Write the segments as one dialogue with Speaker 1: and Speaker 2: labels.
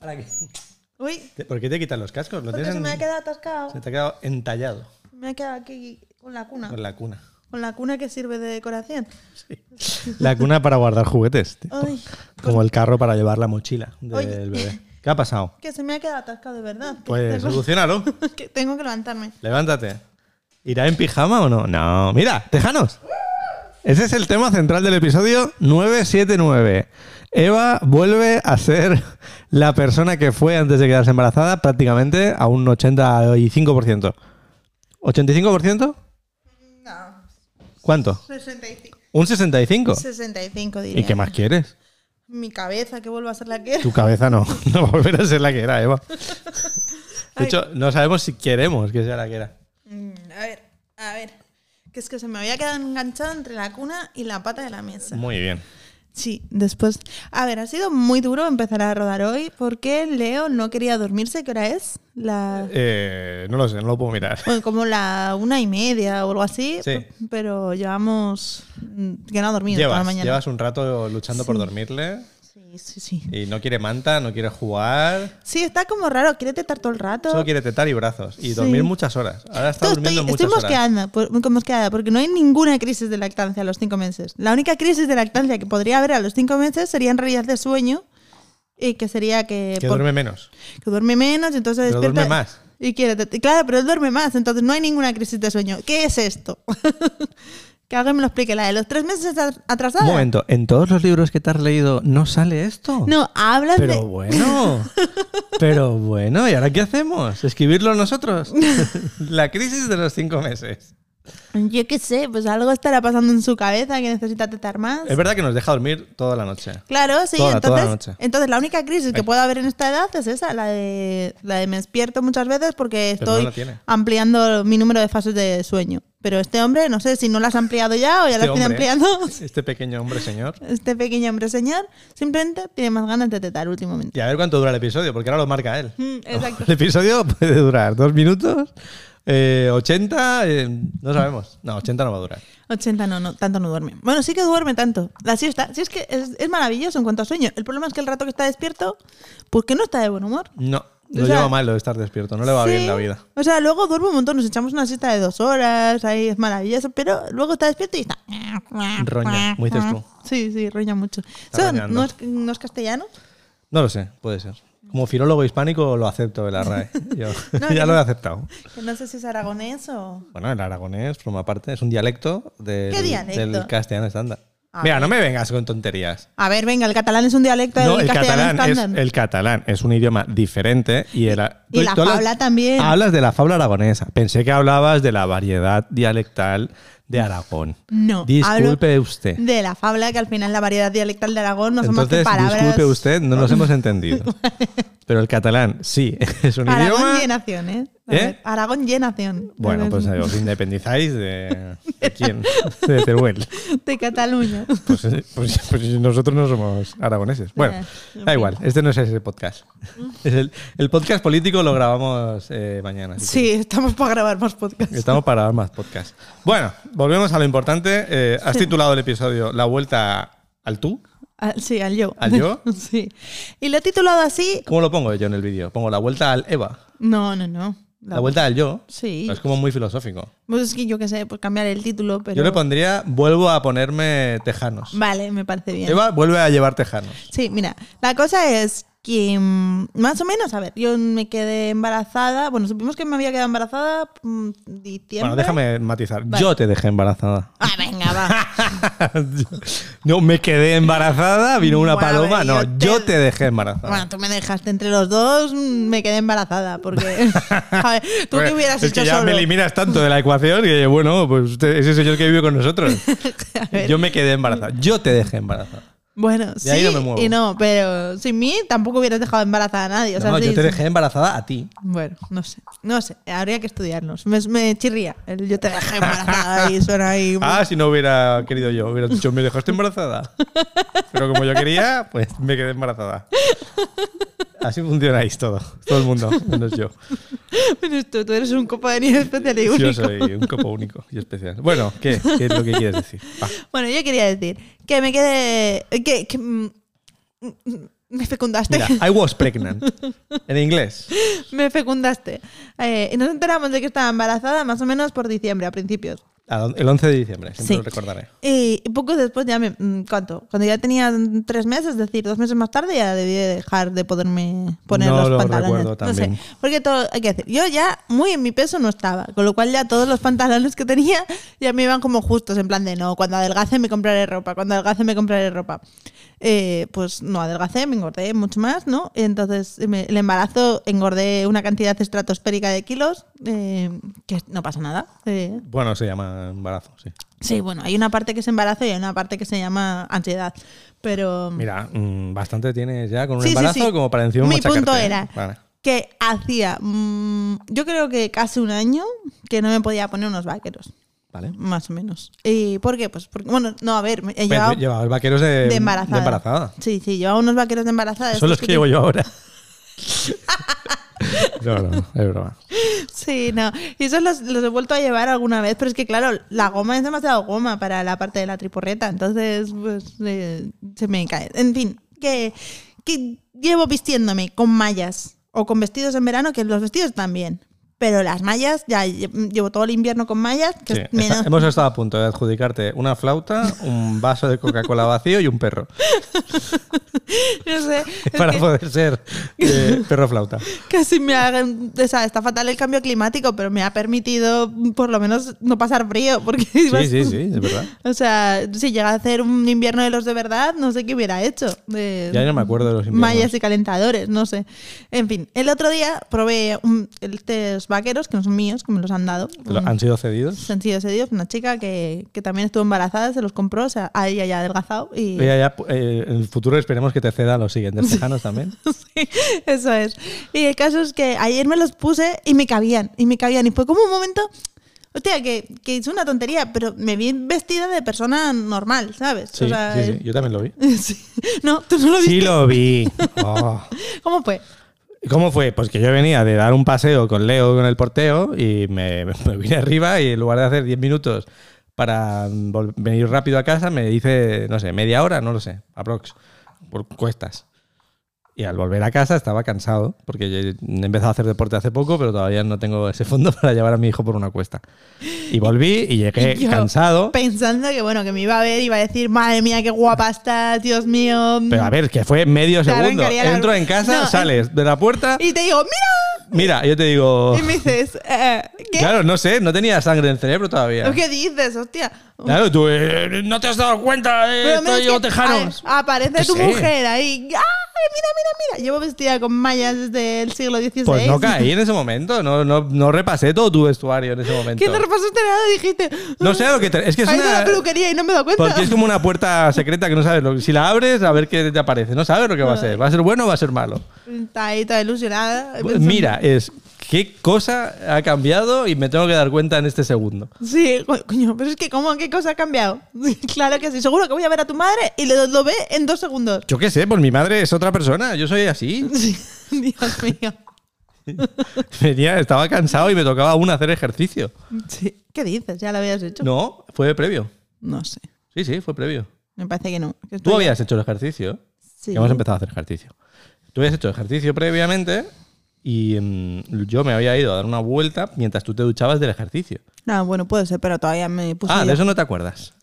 Speaker 1: Ahora que-
Speaker 2: Uy,
Speaker 1: Te- ¿Por qué te quitan los cascos? Lo
Speaker 2: porque
Speaker 1: tienes
Speaker 2: se
Speaker 1: en-
Speaker 2: me ha quedado atascado.
Speaker 1: se te ha quedado entallado
Speaker 2: Me ha quedado aquí con la cuna.
Speaker 1: con la cuna.
Speaker 2: Con la cuna que sirve de decoración.
Speaker 1: La cuna para guardar juguetes. tío.
Speaker 2: Ay,
Speaker 1: Como el carro para llevar la mochila del
Speaker 2: Oh, Oye.
Speaker 1: bebé. ¿Qué ha pasado?
Speaker 2: pues, que se me ha quedado atascado de verdad. que
Speaker 1: Pues
Speaker 2: tengo-
Speaker 1: solucionalo.
Speaker 2: que tengo que levantarme.
Speaker 1: Levántate. ¿Irá en pijama o no? No. Mira, Tejanos. Ese es el tema central del episodio 979. Eva vuelve a ser la persona que fue antes de quedarse embarazada prácticamente a un 85%. ¿85%?
Speaker 2: No,
Speaker 1: ¿Cuánto?
Speaker 2: 65.
Speaker 1: Un 65%.
Speaker 2: 65 diría.
Speaker 1: ¿Y qué más quieres?
Speaker 2: Mi cabeza, que vuelva a ser la que era.
Speaker 1: Tu cabeza no. No va a volver a ser la que era, Eva. De hecho, no sabemos si queremos que sea la que era.
Speaker 2: Mm, A ver, a ver. Que es que se me había quedado enganchado entre la cuna y la pata de la mesa.
Speaker 1: Muy bien.
Speaker 2: Sí, después. A ver, ha sido muy duro empezar a rodar hoy porque Leo no quería dormirse. ¿Qué hora es? La.
Speaker 1: Eh, no lo sé, no lo puedo mirar.
Speaker 2: Bueno, como la una y media o algo así,
Speaker 1: Sí.
Speaker 2: p- pero llevamos mm, que no ha dormido toda la
Speaker 1: Llevas,
Speaker 2: mañana.
Speaker 1: llevas un rato luchando por dormirle
Speaker 2: Sí, sí, sí.
Speaker 1: y no quiere manta, no quiere jugar,
Speaker 2: Sí, está como raro, quiere tetar todo el rato.
Speaker 1: solo quiere tetar y brazos y
Speaker 2: Sí.
Speaker 1: dormir muchas horas. Ahora está
Speaker 2: Todo
Speaker 1: durmiendo
Speaker 2: estoy,
Speaker 1: muchas
Speaker 2: estoy
Speaker 1: horas.
Speaker 2: mosqueada, por- muy mosqueada, porque no hay ninguna crisis de lactancia a los cinco meses. La única crisis de lactancia que podría haber a los cinco meses sería en realidad de sueño y que sería que,
Speaker 1: Que
Speaker 2: por-
Speaker 1: duerme menos.
Speaker 2: que duerme menos, entonces
Speaker 1: Pero
Speaker 2: despierta
Speaker 1: duerme más.
Speaker 2: Y quiere, tet- claro, pero él duerme más, entonces no hay ninguna crisis de sueño. ¿Qué es esto? que alguien me lo explique. La de los tres meses atras- atrasada.
Speaker 1: Un momento, ¿en todos los libros que te has leído no sale esto?
Speaker 2: No, hablan de.
Speaker 1: Pero bueno, pero bueno, ¿y ahora qué hacemos? ¿Escribirlo nosotros? La crisis de los cinco meses.
Speaker 2: Yo qué sé, pues algo estará pasando en su cabeza que necesita tetar más.
Speaker 1: Es verdad que nos deja dormir toda la noche.
Speaker 2: Claro, sí,
Speaker 1: Toda,
Speaker 2: entonces,
Speaker 1: toda la noche.
Speaker 2: entonces la única crisis que
Speaker 1: Ay.
Speaker 2: puede haber en esta edad es esa, la de, la de me despierto muchas veces porque
Speaker 1: Pero no
Speaker 2: estoy
Speaker 1: la tiene.
Speaker 2: ampliando mi número de fases de sueño. Pero este hombre, no sé si no las ha ampliado ya o ya las tiene
Speaker 1: Este hombre,
Speaker 2: ampliando.
Speaker 1: este pequeño hombre señor.
Speaker 2: Este pequeño hombre señor simplemente tiene más ganas de tetar últimamente.
Speaker 1: Y a ver cuánto dura el episodio, porque ahora lo marca él.
Speaker 2: Mm, Exacto.
Speaker 1: El episodio puede durar dos minutos, eh, 80, eh, no sabemos. No, 80 no va a durar.
Speaker 2: 80 no, no, tanto no duerme. Bueno, sí que duerme tanto. La siesta, sí es que es, es maravilloso en cuanto a sueño. El problema es que el rato que está despierto, ¿por qué no está de buen humor?
Speaker 1: No, lo
Speaker 2: O sea,
Speaker 1: lleva mal lo de estar despierto, no le va
Speaker 2: Sí.
Speaker 1: bien la vida.
Speaker 2: O sea, luego duerme un montón, nos echamos una siesta de dos horas, ahí es maravilloso, pero luego está despierto y está.
Speaker 1: Roña, muy dices tú.
Speaker 2: Sí, sí, roña mucho.
Speaker 1: Oh. Está
Speaker 2: Eso
Speaker 1: roñando.
Speaker 2: no es, no es castellano.
Speaker 1: No lo sé, puede ser. Como filólogo hispánico lo acepto de la RAE. Yo
Speaker 2: No,
Speaker 1: ya
Speaker 2: yo
Speaker 1: lo
Speaker 2: no.
Speaker 1: he aceptado.
Speaker 2: Que no sé si es aragonés o.
Speaker 1: Bueno, el aragonés forma parte, es un dialecto del,
Speaker 2: ¿Qué dialecto? Ah,
Speaker 1: del castellano estándar.
Speaker 2: A
Speaker 1: Mira,
Speaker 2: ver.
Speaker 1: no me vengas con tonterías.
Speaker 2: A ver, venga, el catalán es un dialecto
Speaker 1: No,
Speaker 2: del
Speaker 1: el
Speaker 2: castellano
Speaker 1: catalán, es,
Speaker 2: estándar.
Speaker 1: el catalán es un idioma diferente y, el a-
Speaker 2: Y la
Speaker 1: tú hablas-
Speaker 2: fabla también.
Speaker 1: Hablas de la fabla aragonesa. Pensé que hablabas de la variedad dialectal de Aragón.
Speaker 2: No,
Speaker 1: Disculpe
Speaker 2: hablo
Speaker 1: usted.
Speaker 2: De la fabla, que al final la variedad dialectal de Aragón no son más que
Speaker 1: Entonces,
Speaker 2: palabras.
Speaker 1: disculpe usted, no nos hemos entendido. Pero el catalán sí es un
Speaker 2: Aragón
Speaker 1: idioma.
Speaker 2: llenación, ¿eh? A
Speaker 1: ¿Eh?
Speaker 2: ver, Aragón llenación.
Speaker 1: Bueno, pues eh, os independizáis de, de quién, de Teruel.
Speaker 2: De Cataluña.
Speaker 1: Pues, eh, pues- pues nosotros no somos aragoneses. Bueno,
Speaker 2: Eh, en
Speaker 1: da
Speaker 2: fin. Mm.
Speaker 1: igual, este no es ese podcast. Es el, el podcast político lo grabamos eh, mañana. así que
Speaker 2: Sí, estamos para grabar más podcasts.
Speaker 1: Estamos para dar más podcast. Bueno, volvemos a lo importante. Eh, has titulado el episodio La vuelta al tú.
Speaker 2: Al- sí, al yo.
Speaker 1: ¿Al yo?
Speaker 2: sí. Y lo he titulado así.
Speaker 1: ¿Cómo lo pongo yo en el vídeo? Pongo la vuelta al Eva.
Speaker 2: No, no, no.
Speaker 1: La vuelta al yo.
Speaker 2: Sí.
Speaker 1: Es como muy filosófico.
Speaker 2: Pues es que yo qué sé, por cambiar el título, pero.
Speaker 1: Yo le pondría Vuelvo a ponerme tejanos.
Speaker 2: Vale, me parece bien.
Speaker 1: Eva vuelve a llevar tejanos.
Speaker 2: Sí, mira, la cosa es que mm, más o menos, a ver, yo me quedé embarazada. Bueno, supimos que me había quedado embarazada mm, diciembre.
Speaker 1: Bueno, déjame matizar.
Speaker 2: Vale.
Speaker 1: Yo te dejé embarazada.
Speaker 2: Ah, venga, va.
Speaker 1: no me quedé embarazada, vino una
Speaker 2: Bueno, a ver,
Speaker 1: paloma. no,
Speaker 2: yo
Speaker 1: yo
Speaker 2: te-
Speaker 1: te... dejé embarazada.
Speaker 2: Bueno, tú me dejaste entre los dos, mm, me quedé embarazada, porque. A ver, tú
Speaker 1: Porque
Speaker 2: te hubieras
Speaker 1: es
Speaker 2: hecho
Speaker 1: que ya
Speaker 2: solo.
Speaker 1: me eliminas tanto de la ecuación que, bueno, pues usted- ese soy yo el que vive con nosotros.
Speaker 2: A ver.
Speaker 1: Yo me quedé embarazada. Yo te dejé embarazada.
Speaker 2: Bueno, sí
Speaker 1: De ahí no me muevo.
Speaker 2: y no, pero sin mí tampoco hubieras dejado embarazada a nadie. O sea,
Speaker 1: No, no,
Speaker 2: sí,
Speaker 1: yo te
Speaker 2: sí.
Speaker 1: dejé embarazada a ti.
Speaker 2: Bueno, no sé, no sé, habría que estudiarnos. Me, me chirría, el yo te dejé embarazada y suena ahí.
Speaker 1: Ah, si no hubiera querido yo, hubiera dicho, me dejaste embarazada. Pero como yo quería, pues me quedé embarazada. Así funcionáis todo, todo el mundo, menos yo.
Speaker 2: Pero tú, tú eres un copo de nieve especial y único.
Speaker 1: Yo soy un copo único y especial. Bueno, ¿qué, ¿Qué es lo que quieres decir? Va.
Speaker 2: Bueno, yo quería decir que me quedé. que. que, mm, mm, Me fecundaste.
Speaker 1: Mira, I was pregnant. En inglés.
Speaker 2: Me fecundaste. Eh, y nos enteramos de que estaba embarazada más o menos por diciembre, a principios.
Speaker 1: Ah, El 11 de diciembre, siempre
Speaker 2: Sí.
Speaker 1: lo recordaré.
Speaker 2: Y poco después ya me... mm, ¿Cuánto? Cuando ya tenía tres meses, es decir, dos meses más tarde, ya debí de dejar de poderme poner
Speaker 1: No
Speaker 2: los
Speaker 1: lo
Speaker 2: pantalones.
Speaker 1: recuerdo tan
Speaker 2: no sé,
Speaker 1: bien.
Speaker 2: porque todo, hay que decir, yo ya muy en mi peso no estaba, con lo cual ya todos los pantalones que tenía ya me iban como justos, en plan de no, cuando adelgace me compraré ropa, cuando adelgace me compraré ropa. Eh, pues no adelgacé, me engordé mucho más, ¿no? Entonces me- el embarazo engordé una cantidad estratosférica de kilos, eh, que no pasa nada. eh,
Speaker 1: Bueno, se llama embarazo, sí.
Speaker 2: Sí, bueno, hay una parte que es embarazo y hay una parte que se llama ansiedad. Pero
Speaker 1: Mira, mm, bastante tienes ya con un
Speaker 2: Sí, sí,
Speaker 1: embarazo
Speaker 2: sí.
Speaker 1: como para encima
Speaker 2: Mi
Speaker 1: machacarte,
Speaker 2: punto
Speaker 1: ¿eh?
Speaker 2: era-
Speaker 1: Vale.
Speaker 2: que hacía, mm, yo creo que casi un año que no me podía poner unos vaqueros,
Speaker 1: Vale.
Speaker 2: más o menos. ¿Y por qué? Pues porque, bueno, no, a ver, me-
Speaker 1: Pero
Speaker 2: he llevado
Speaker 1: Llevabas vaqueros de,
Speaker 2: de embarazada.
Speaker 1: de embarazada.
Speaker 2: Sí, sí, llevaba unos vaqueros de embarazada.
Speaker 1: Son
Speaker 2: estos
Speaker 1: los que llevo yo ahora. no, no, es broma.
Speaker 2: Sí, no. Y esos los, los he vuelto a llevar alguna vez, pero es que claro, la goma es demasiado goma para la parte de la triporreta, entonces pues eh, se me cae. En fin, que, que llevo vistiéndome con mallas o con vestidos en verano, que los vestidos también. Pero las mallas, ya lle- llevo todo el invierno con mallas, que
Speaker 1: Sí,
Speaker 2: es
Speaker 1: está-
Speaker 2: menos...
Speaker 1: hemos estado a punto de adjudicarte una flauta, un vaso de Coca-Cola vacío y un perro.
Speaker 2: No sé, es
Speaker 1: Para
Speaker 2: que
Speaker 1: poder ser eh, perro flauta.
Speaker 2: casi me hagan... O sea, está fatal el cambio climático, pero me ha permitido por lo menos no pasar frío, porque... ibas-
Speaker 1: Sí, sí, sí, es verdad.
Speaker 2: O sea, si llega a hacer un invierno de los de verdad, no sé qué hubiera hecho. Eh,
Speaker 1: Ya no me acuerdo de los inviernos.
Speaker 2: Mallas y calentadores, no sé. En fin, el otro día probé un, estos vaqueros, que no son míos, que me los han dado.
Speaker 1: Lo- ¿Han sido cedidos?
Speaker 2: Han sido cedidos, una chica que, que también estuvo embarazada, se los compró, o sea, ahí ya adelgazado. Y
Speaker 1: Ya, ya, eh, en el futuro esperemos que te cedan los siguientes tejanos también.
Speaker 2: Sí, eso es. Y el caso es que ayer me los puse y me cabían, y me cabían. Y fue como un momento, hostia, que, que hice una tontería, pero me vi vestida de persona normal, ¿sabes?
Speaker 1: Sí,
Speaker 2: o sea,
Speaker 1: sí, sí, yo también lo vi.
Speaker 2: Sí. No, tú no lo viste.
Speaker 1: Sí lo vi. Oh.
Speaker 2: ¿Cómo fue?
Speaker 1: ¿Cómo fue? Pues que yo venía de dar un paseo con Leo con el porteo y me, me vine arriba y en lugar de hacer 10 minutos para vol- venir rápido a casa me hice, no sé, media hora, no lo sé, aprox, por cuestas. Y al volver a casa estaba cansado porque yo he empezado a hacer deporte hace poco, pero todavía no tengo ese fondo para llevar a mi hijo por una cuesta. Y volví y llegué
Speaker 2: Y yo
Speaker 1: cansado.
Speaker 2: Pensando que bueno, que me iba a ver, iba a decir, madre mía, qué guapa estás, Dios mío.
Speaker 1: Pero a ver, que fue medio
Speaker 2: Te
Speaker 1: segundo.
Speaker 2: arrancaría la-
Speaker 1: Entro en casa,
Speaker 2: No, eh.
Speaker 1: sales de la puerta,
Speaker 2: Y te digo, mira.
Speaker 1: mira, yo te digo...
Speaker 2: Y me dices, eh, ¿qué?
Speaker 1: Claro, no sé, no tenía sangre en el cerebro todavía.
Speaker 2: ¿Qué dices, hostia?
Speaker 1: Claro, tú eh, no te has dado cuenta, eh,
Speaker 2: Pero mira,
Speaker 1: estoy
Speaker 2: es
Speaker 1: yo
Speaker 2: que
Speaker 1: tejanos.
Speaker 2: a- aparece
Speaker 1: Yo
Speaker 2: tu
Speaker 1: sé.
Speaker 2: mujer ahí. ¡Ay, mira, mira, mira! Llevo vestida con mallas desde el siglo XVI.
Speaker 1: Pues no caí en ese momento, no, no, no repasé todo tu vestuario en ese momento.
Speaker 2: Que no repasaste nada, dijiste.
Speaker 1: No sé a lo que te- es que es
Speaker 2: "Ah, he ido a la
Speaker 1: una
Speaker 2: peluquería y no me he dado cuenta.
Speaker 1: porque es como una puerta secreta que no sabes lo, si la abres a ver qué te aparece, no sabes lo que va a ser, va a ser bueno o va a ser malo.
Speaker 2: Está ahí toda ilusionada. pensando-
Speaker 1: Mira, es qué cosa ha cambiado y me tengo que dar cuenta en este segundo.
Speaker 2: Sí, co- coño, pero es que ¿cómo? ¿Qué cosa ha cambiado? claro que sí, seguro que voy a ver a tu madre y lo, lo ve en dos segundos.
Speaker 1: Yo qué sé, pues mi madre es otra persona, yo soy así.
Speaker 2: Sí, Dios mío.
Speaker 1: Venía, estaba cansado y me tocaba aún hacer ejercicio.
Speaker 2: Sí. ¿Qué dices? ¿Ya lo habías hecho?
Speaker 1: No, fue previo.
Speaker 2: No sé,
Speaker 1: Sí, sí, fue previo.
Speaker 2: me parece que no. que
Speaker 1: Tú
Speaker 2: estoy-
Speaker 1: habías hecho el ejercicio. ¿eh?
Speaker 2: Sí.
Speaker 1: que Hemos empezado a hacer ejercicio. Tú habías hecho ejercicio previamente y mm, yo me había ido a dar una vuelta mientras tú te duchabas del ejercicio.
Speaker 2: No, Ah, bueno, puede ser, pero todavía me puse...
Speaker 1: ah,
Speaker 2: yo.
Speaker 1: de eso no te acuerdas.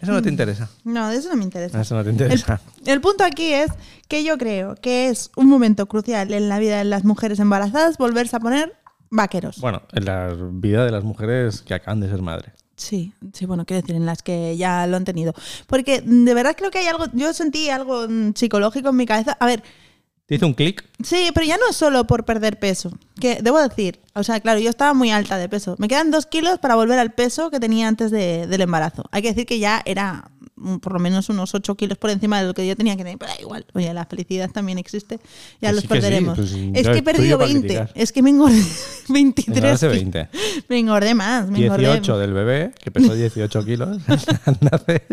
Speaker 1: Eso no te interesa. Ah,
Speaker 2: No, de eso no me interesa.
Speaker 1: Eso no te
Speaker 2: El,
Speaker 1: interesa.
Speaker 2: el punto aquí es que yo creo que es un momento crucial en la vida de las mujeres embarazadas volverse a poner vaqueros.
Speaker 1: Bueno, en la vida de las mujeres que acaban de ser madres.
Speaker 2: Sí, sí, bueno, quiero decir, en las que ya lo han tenido. Porque mm, de verdad creo que hay algo, yo sentí algo mm, psicológico en mi cabeza. A ver,
Speaker 1: Te hizo un clic.
Speaker 2: sí, pero ya no es solo por perder peso, que debo decir, o sea, claro, yo estaba muy alta de peso. Me quedan dos kilos para volver al peso que tenía antes de- del embarazo. Hay que decir que ya era mm, por lo menos unos 8 kilos por encima de lo que yo tenía que tener, pero da igual, oye, la felicidad también existe, ya
Speaker 1: Que
Speaker 2: los
Speaker 1: sí, que sí,
Speaker 2: perderemos.
Speaker 1: pues, sí,
Speaker 2: es
Speaker 1: yo
Speaker 2: que he
Speaker 1: estoy
Speaker 2: perdido
Speaker 1: yo para
Speaker 2: 20,
Speaker 1: criticar.
Speaker 2: es que me engordé 23.
Speaker 1: Hace
Speaker 2: kilos.
Speaker 1: 20.
Speaker 2: Me engordé más, me engordé.
Speaker 1: 18 del bebé, que pesó 18 kilos al nacer.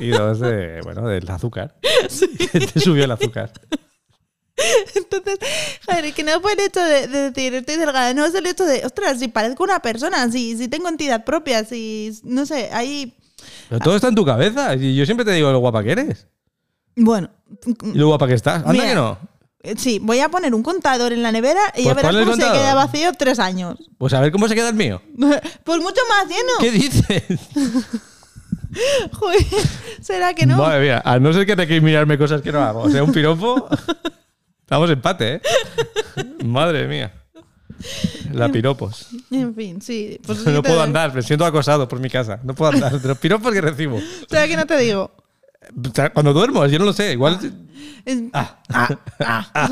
Speaker 1: Y dos de, bueno, del azúcar. Te subió el azúcar.
Speaker 2: Entonces, joder, es que no fue el hecho de, de decir estoy delgada, no es el hecho de, ostras, si parezco una persona, si, si tengo entidad propia, si, no sé, ahí...
Speaker 1: Pero todo está en tu cabeza. Y Yo siempre te digo lo guapa que eres.
Speaker 2: Bueno,
Speaker 1: ¿Y luego para qué estás? Anda
Speaker 2: Mm. Mira.
Speaker 1: que no.
Speaker 2: eh, sí, voy a poner un contador en la nevera y ya
Speaker 1: Pues
Speaker 2: verás
Speaker 1: ponle el
Speaker 2: cómo se
Speaker 1: contador.
Speaker 2: queda vacío tres años.
Speaker 1: Pues a ver cómo se queda el mío.
Speaker 2: pues mucho más lleno.
Speaker 1: ¿Qué dices?
Speaker 2: Joder, ¿será que no?
Speaker 1: Madre mía, a no ser que te quieras mirarme cosas que no hago. O sea, un piropo. Estamos empate, ¿eh? Madre mía. La piropos.
Speaker 2: En fin, sí. Pues sí
Speaker 1: No
Speaker 2: Pues te-
Speaker 1: puedo andar, me siento acosado por mi casa. No puedo andar. De los piropos que recibo.
Speaker 2: ¿Será que no te digo?
Speaker 1: Cuando duermo, yo no lo sé. Igual.
Speaker 2: Es-
Speaker 1: Ah,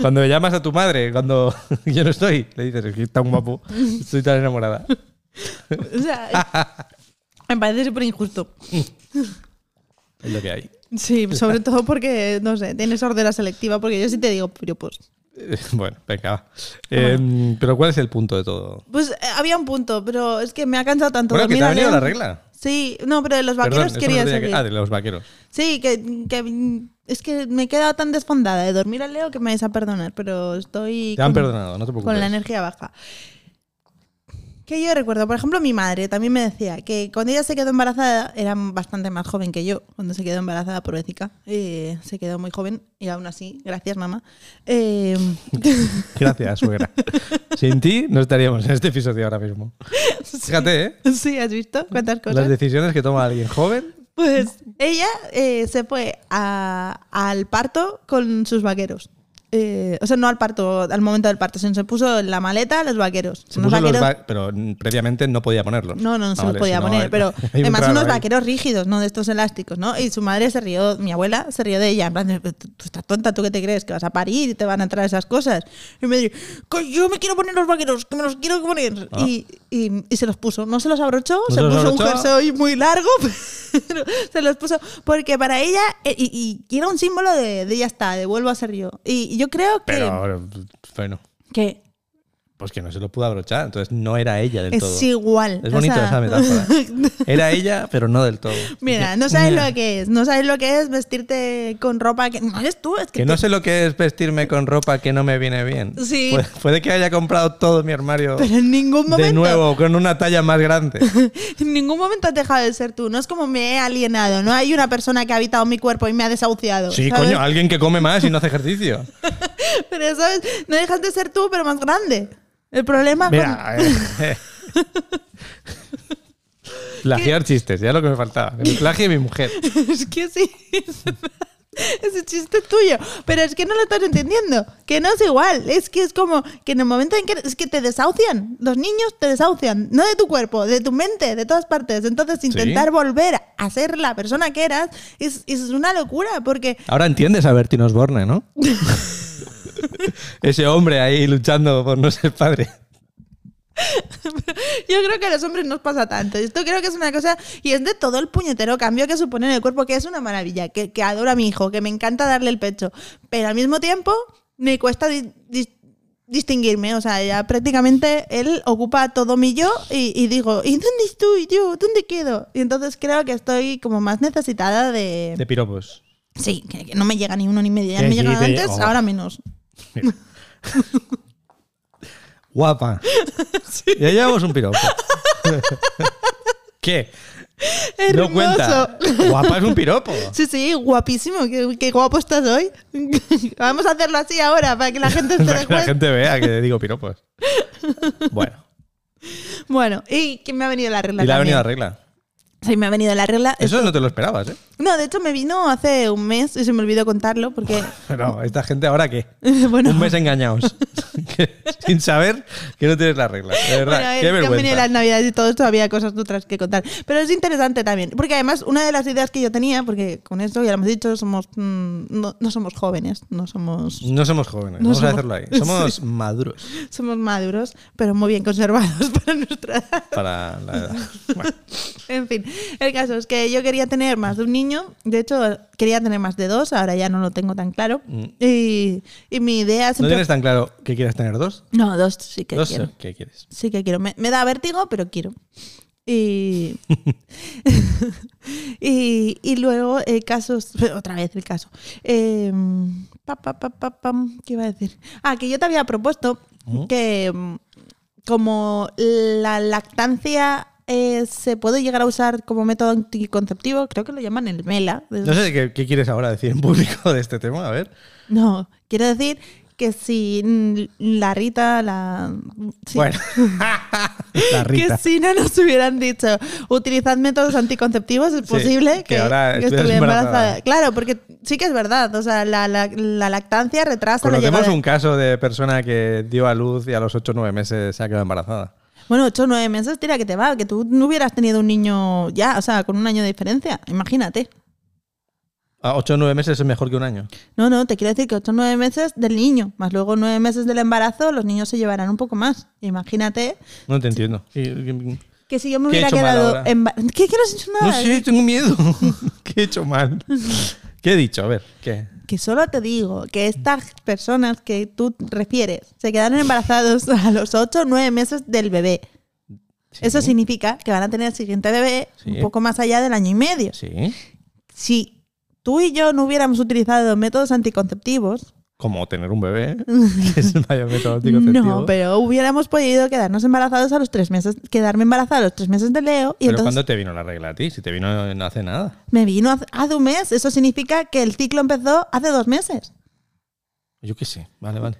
Speaker 1: Cuando llamas a tu madre, cuando yo no estoy, le dices, es que está un guapo. Estoy tan enamorada.
Speaker 2: O sea, me parece súper injusto.
Speaker 1: Es lo que hay.
Speaker 2: Sí, sobre todo porque, no sé, tienes sordera selectiva, porque yo sí te digo pues, piropos.
Speaker 1: Eh, Bueno, venga, va. Em, Pero ¿cuál es el punto de todo?
Speaker 2: Pues eh, había un punto, pero es que me ha cansado tanto.
Speaker 1: Bueno, que te
Speaker 2: dormir
Speaker 1: ha venido
Speaker 2: a
Speaker 1: la
Speaker 2: león.
Speaker 1: regla.
Speaker 2: Sí, no, pero de los
Speaker 1: Perdón,
Speaker 2: vaqueros
Speaker 1: eso no
Speaker 2: quería
Speaker 1: tenía que-
Speaker 2: seguir.
Speaker 1: Ah, de los vaqueros.
Speaker 2: Sí, que, que, mm, es que me he quedado tan desfondada de dormir al Leo que me vais a perdonar, pero estoy
Speaker 1: Te han
Speaker 2: con-
Speaker 1: perdonado, no te preocupes.
Speaker 2: con la energía baja. Que yo recuerdo, por ejemplo, mi madre también me decía que cuando ella se quedó embarazada, era bastante más joven que yo, cuando se quedó embarazada por se quedó muy joven y aún así, gracias mamá, eh,
Speaker 1: Gracias, suegra. Sin ti no estaríamos en este episodio ahora mismo. Fíjate, ¿eh?
Speaker 2: Sí, ¿has visto cuántas
Speaker 1: Las
Speaker 2: cosas?
Speaker 1: decisiones que toma alguien joven.
Speaker 2: Pues ella eh, se fue a- al parto con sus vaqueros. Eh, o sea, no al parto, al momento del parto, sino se puso en la maleta los vaqueros.
Speaker 1: se
Speaker 2: Unos
Speaker 1: puso los
Speaker 2: vaqueros-
Speaker 1: va- pero mm, previamente no podía Ah, ponerlos.
Speaker 2: No, no, no se los podía poner,
Speaker 1: eh,
Speaker 2: pero además unos vaqueros rígidos, ¿no? De estos elásticos, ¿no? Y su madre se rió, mi abuela se rió de ella, en plan, de, tú tú estás tonta, ¿tú qué te crees? Que vas a parir y te van a entrar esas cosas. Y me dijo, "Que yo me quiero poner los vaqueros, que me los quiero poner.
Speaker 1: Ah.
Speaker 2: Y, y- y se los puso, no se los abrochó,
Speaker 1: ¿No se
Speaker 2: se
Speaker 1: los
Speaker 2: puso un
Speaker 1: abrochó?
Speaker 2: jersey muy largo, pero se los puso, porque para ella, eh, y, y- y era un símbolo de, de ya está, de vuelvo a ser yo. Y yo creo que...
Speaker 1: Pero ahora, bueno,
Speaker 2: que
Speaker 1: pues que no se lo pudo abrochar, entonces no era ella del
Speaker 2: es
Speaker 1: todo.
Speaker 2: igual.
Speaker 1: Es
Speaker 2: Eh, o
Speaker 1: bonito
Speaker 2: sea,
Speaker 1: esa metáfora. Era ella, pero no del todo.
Speaker 2: Mira, no sabes lo que es, no sabes lo que es vestirte con ropa que no eres tú, es que,
Speaker 1: Que no
Speaker 2: te-
Speaker 1: sé lo que es vestirme con ropa que no me viene bien.
Speaker 2: Sí.
Speaker 1: Puede, puede que haya comprado todo mi armario
Speaker 2: pero en ningún momento,
Speaker 1: de nuevo con una talla más grande.
Speaker 2: en ningún momento has dejado de ser tú, no es como me he alienado, no hay una persona que ha habitado mi cuerpo y me ha desahuciado.
Speaker 1: Sí,
Speaker 2: ¿sabes?
Speaker 1: coño, ah. alguien que come más y no hace ejercicio.
Speaker 2: Pero sabes, no dejas de ser tú, pero más grande. El problema
Speaker 1: Mira, eh, plagiar chistes, ya lo que me faltaba. Que me plagie mi mujer.
Speaker 2: con- es que sí. es verdad. Ese chiste es tuyo, pero es que no lo estás entendiendo, que no es igual, es que es como que en el momento en que es que te desahucian, los niños te desahucian, no de tu cuerpo, de tu mente, de todas partes, entonces intentar volver a ser la persona que eras es, es una locura, porque
Speaker 1: Ahora entiendes a Bertín Osborne, ¿no? Ese hombre ahí luchando por no ser padre.
Speaker 2: Yo creo que a los hombres nos pasa tanto. Esto creo que es una cosa. Y es de todo el puñetero cambio que supone en el cuerpo, que es una maravilla, que, que adoro a mi hijo, que me encanta darle el pecho. Pero al mismo tiempo, me cuesta di- dis- distinguirme. O sea, ya prácticamente él ocupa todo mi yo y, y digo, ¿y dónde estoy yo? ¿Dónde quedo? Y entonces creo que estoy como más necesitada de.
Speaker 1: De piropos.
Speaker 2: Sí, que, que no me llega ni uno ni medio. Ya
Speaker 1: Que
Speaker 2: me
Speaker 1: sí,
Speaker 2: llegaban
Speaker 1: te-
Speaker 2: antes,
Speaker 1: oh.
Speaker 2: ahora menos.
Speaker 1: Guapa. Ya llevamos un piropo. ¿Qué? No cuenta.
Speaker 2: Hermoso.
Speaker 1: Guapa es un piropo.
Speaker 2: Sí, sí, guapísimo. Qué, qué guapo estás hoy. Vamos a hacerlo así ahora para que la gente se
Speaker 1: Para
Speaker 2: dé
Speaker 1: que la
Speaker 2: cuenta.
Speaker 1: gente vea que digo piropos. Bueno,
Speaker 2: Bueno, y que me ha venido la regla.
Speaker 1: y le ha
Speaker 2: también.
Speaker 1: venido la regla.
Speaker 2: Sí, me ha venido la regla.
Speaker 1: Eso no te lo esperabas, ¿eh?
Speaker 2: No, de hecho me vino hace un mes y se me olvidó contarlo porque.
Speaker 1: No, esta gente ahora qué.
Speaker 2: bueno,
Speaker 1: Un mes engañados. Que- sin saber que no tienes la regla. De verdad, qué
Speaker 2: Bueno, es que han venido
Speaker 1: vergüenza.
Speaker 2: las navidades y todo esto, había cosas otras que contar. Pero es interesante también, porque además una de las ideas que yo tenía, porque con esto ya lo hemos dicho, somos mm, no, no somos jóvenes, no somos,
Speaker 1: No somos jóvenes,
Speaker 2: No
Speaker 1: vamos a
Speaker 2: somos-
Speaker 1: hacerlo ahí. Somos maduros
Speaker 2: somos maduros, pero muy bien conservados para nuestra edad.
Speaker 1: para la edad. Bueno,
Speaker 2: En fin, el caso es que yo quería tener más de un niño, de hecho quería tener más de dos, ahora ya no lo tengo tan claro. Y, y mi idea
Speaker 1: Mm. ¿No
Speaker 2: siempre...
Speaker 1: tienes tan claro que quieras tener dos?
Speaker 2: No, dos sí que
Speaker 1: dos,
Speaker 2: quiero.
Speaker 1: ¿qué quieres?
Speaker 2: Sí que quiero. Me, me da vértigo, pero quiero. Y, y, y luego eh, casos, otra vez el caso. Eh, pa, pa, pa, pa, pam, ¿Qué iba a decir? Ah, que yo te mm, había propuesto que mm, como la lactancia eh, se puede llegar a usar como método anticonceptivo, creo que lo llaman el MELA.
Speaker 1: No sé qué, qué quieres ahora decir en público de este tema, a ver.
Speaker 2: No, quiero decir que si mm, la Rita, la... sí,
Speaker 1: Bueno. la Rita.
Speaker 2: Que si no nos hubieran dicho, utilizad métodos anticonceptivos, es posible
Speaker 1: que
Speaker 2: que,
Speaker 1: ahora
Speaker 2: que
Speaker 1: estuvieras
Speaker 2: estuviera
Speaker 1: embarazada.
Speaker 2: embarazada. Claro, porque sí que es verdad, o sea, la, la- la lactancia retrasa la
Speaker 1: Conocemos
Speaker 2: llegada-
Speaker 1: un caso de persona que dio a luz y a los 8 o 9 meses se ha quedado embarazada.
Speaker 2: Bueno, 8 o 9 meses, tira que te va, que tú no hubieras tenido un niño ya, o sea, con un año de diferencia, imagínate.
Speaker 1: A 8 o 9 meses es mejor que un año.
Speaker 2: No, no, te quiero decir que 8 o 9 meses del niño, más luego 9 meses del embarazo, los niños se llevarán un poco más. Imagínate
Speaker 1: No te entiendo. Y- y-
Speaker 2: que si yo me
Speaker 1: ¿Qué he
Speaker 2: hubiera
Speaker 1: hecho mal
Speaker 2: quedado...
Speaker 1: ahora?
Speaker 2: emba- ¿Qué que no has hecho
Speaker 1: No
Speaker 2: nada?
Speaker 1: sé, tengo miedo. ¿Qué he hecho mal? ¿Qué he dicho? A ver, ¿qué?
Speaker 2: Que solo te digo que estas personas que tú refieres se quedaron embarazados a los 8 o 9 meses del bebé. Eso significa que van a tener el siguiente bebé
Speaker 1: Sí.
Speaker 2: un poco más allá del año y medio.
Speaker 1: Sí.
Speaker 2: Si tú y yo no hubiéramos utilizado métodos anticonceptivos,
Speaker 1: Como tener un bebé, que es el mayor método anticonceptivo.
Speaker 2: no, pero hubiéramos podido quedarnos embarazados a los 3 meses, quedarme embarazada a los 3 meses de Leo y
Speaker 1: Pero
Speaker 2: entonces
Speaker 1: ¿cuándo te vino la regla a ti? Si te vino no hace nada.
Speaker 2: me vino hace- hace un mes. Eso significa que el ciclo empezó hace dos meses.
Speaker 1: Yo qué sé. Vale, vale.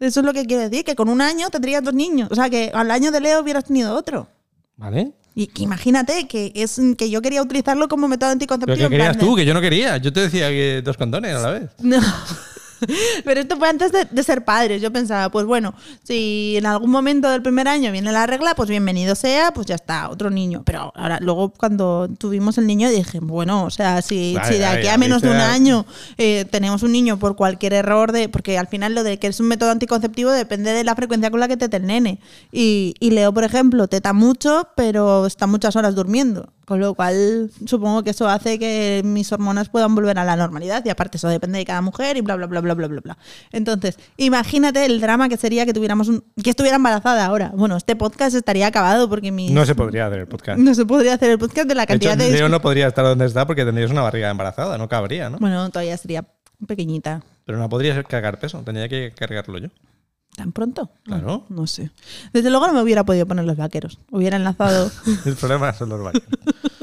Speaker 2: Eso es lo que quiero decir, que con un año tendrías dos niños. O sea, que al año de Leo hubieras tenido otro.
Speaker 1: ¿Vale?
Speaker 2: Y que imagínate que es que yo quería utilizarlo como método
Speaker 1: Pero
Speaker 2: anticonceptivo.
Speaker 1: que
Speaker 2: en
Speaker 1: querías
Speaker 2: plan
Speaker 1: tú,
Speaker 2: de-
Speaker 1: que yo no quería. Yo te decía que dos condones a la vez.
Speaker 2: No. Pero esto fue antes de, de ser padres. Yo pensaba, pues bueno, si en algún momento del primer año viene la regla, pues bienvenido sea, pues ya está, otro niño. Pero ahora, luego cuando tuvimos el niño, dije, bueno, o sea, si,
Speaker 1: Vale,
Speaker 2: si de
Speaker 1: vale,
Speaker 2: aquí a
Speaker 1: ya
Speaker 2: menos de un
Speaker 1: viste la-
Speaker 2: año eh, tenemos un niño por cualquier error, de porque al final lo de que es un método anticonceptivo depende de la frecuencia con la que tete el nene. Y, y Leo, por ejemplo, teta mucho, pero está muchas horas durmiendo. Con lo cual, supongo que eso hace que mis hormonas puedan volver a la normalidad. Y aparte, eso depende de cada mujer y bla, bla, bla, bla, bla, bla, bla. Entonces, imagínate el drama que sería que tuviéramos un- que estuviera embarazada ahora. Bueno, este podcast estaría acabado porque mis...
Speaker 1: No se podría hacer el podcast.
Speaker 2: no se podría hacer el podcast de la
Speaker 1: De hecho,
Speaker 2: cantidad de...
Speaker 1: Leo no podría estar donde está porque tendrías una barriga embarazada, no cabría, ¿no?
Speaker 2: Bueno, todavía sería pequeñita.
Speaker 1: Pero no podrías cargar peso, tendría que cargarlo yo.
Speaker 2: ¿Tan pronto?
Speaker 1: Claro.
Speaker 2: No sé. Desde luego no me hubiera podido poner los vaqueros. Hubiera enlazado.
Speaker 1: El problema son los vaqueros.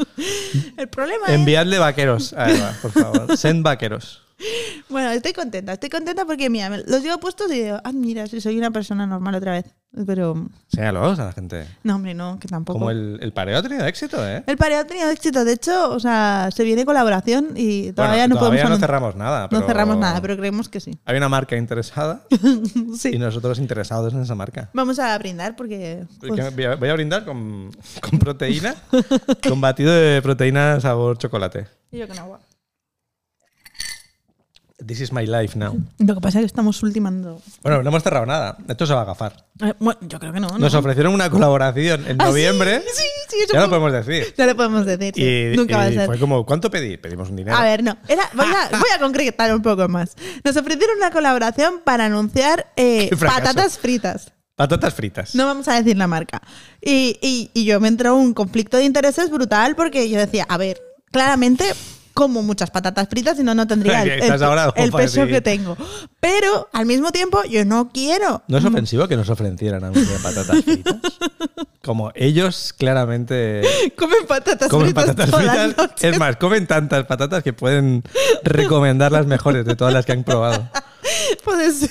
Speaker 2: El problema
Speaker 1: Enviadle vaqueros a Eva, por favor. Send vaqueros.
Speaker 2: es. Bueno, estoy contenta. Estoy contenta porque, mira, me los llevo puestos y digo, ah, mira, si soy una persona normal otra vez. Pero.
Speaker 1: Séñalos a la gente.
Speaker 2: No, hombre, no, que tampoco.
Speaker 1: Como el, el pareo ha tenido éxito, ¿eh?
Speaker 2: El pareo ha tenido éxito. De hecho, o sea, se viene colaboración y todavía
Speaker 1: Bueno,
Speaker 2: no
Speaker 1: todavía
Speaker 2: podemos.
Speaker 1: no
Speaker 2: anun-
Speaker 1: cerramos nada.
Speaker 2: no
Speaker 1: pero
Speaker 2: cerramos nada, pero creemos que sí.
Speaker 1: Hay una marca interesada
Speaker 2: sí.
Speaker 1: y nosotros interesados en esa marca.
Speaker 2: Vamos a brindar porque. pues,
Speaker 1: Que Voy a- voy a brindar con, con proteína, con batido de proteína sabor chocolate.
Speaker 2: y yo con agua.
Speaker 1: This is my life now.
Speaker 2: Lo que pasa es que estamos ultimando.
Speaker 1: Bueno, no hemos cerrado nada. Esto se va a agafar.
Speaker 2: Eh, bueno, yo creo que no. ¿no?
Speaker 1: Nos ofrecieron una colaboración en
Speaker 2: Ah, sí,
Speaker 1: noviembre.
Speaker 2: Sí, sí, eso
Speaker 1: Ya lo
Speaker 2: fue-
Speaker 1: podemos decir.
Speaker 2: Ya lo podemos decir. sí.
Speaker 1: Y,
Speaker 2: Nunca va a
Speaker 1: y
Speaker 2: ser.
Speaker 1: fue como, ¿cuánto pedí? Pedimos un dinero.
Speaker 2: A ver, no. Era, voy, a, voy a concretar un poco más. Nos ofrecieron una colaboración para anunciar eh,
Speaker 1: Qué fracaso.
Speaker 2: patatas fritas.
Speaker 1: Patatas fritas.
Speaker 2: No vamos a decir la marca. Y, y- y yo me entró un conflicto de intereses brutal porque yo decía, a ver, claramente como muchas patatas fritas y no, no tendría el,
Speaker 1: Que estás
Speaker 2: el-
Speaker 1: ahora como
Speaker 2: el
Speaker 1: para
Speaker 2: peso
Speaker 1: decir.
Speaker 2: que tengo. Pero al mismo tiempo yo no quiero.
Speaker 1: ¿No es ofensivo que nos ofrecieran a mí de patatas fritas? Como ellos claramente
Speaker 2: Comen patatas
Speaker 1: comen
Speaker 2: fritas
Speaker 1: patatas
Speaker 2: toda la
Speaker 1: fritas.
Speaker 2: noche.
Speaker 1: Es más, comen tantas patatas que pueden recomendar las mejores de todas las que han probado.
Speaker 2: Puede ser.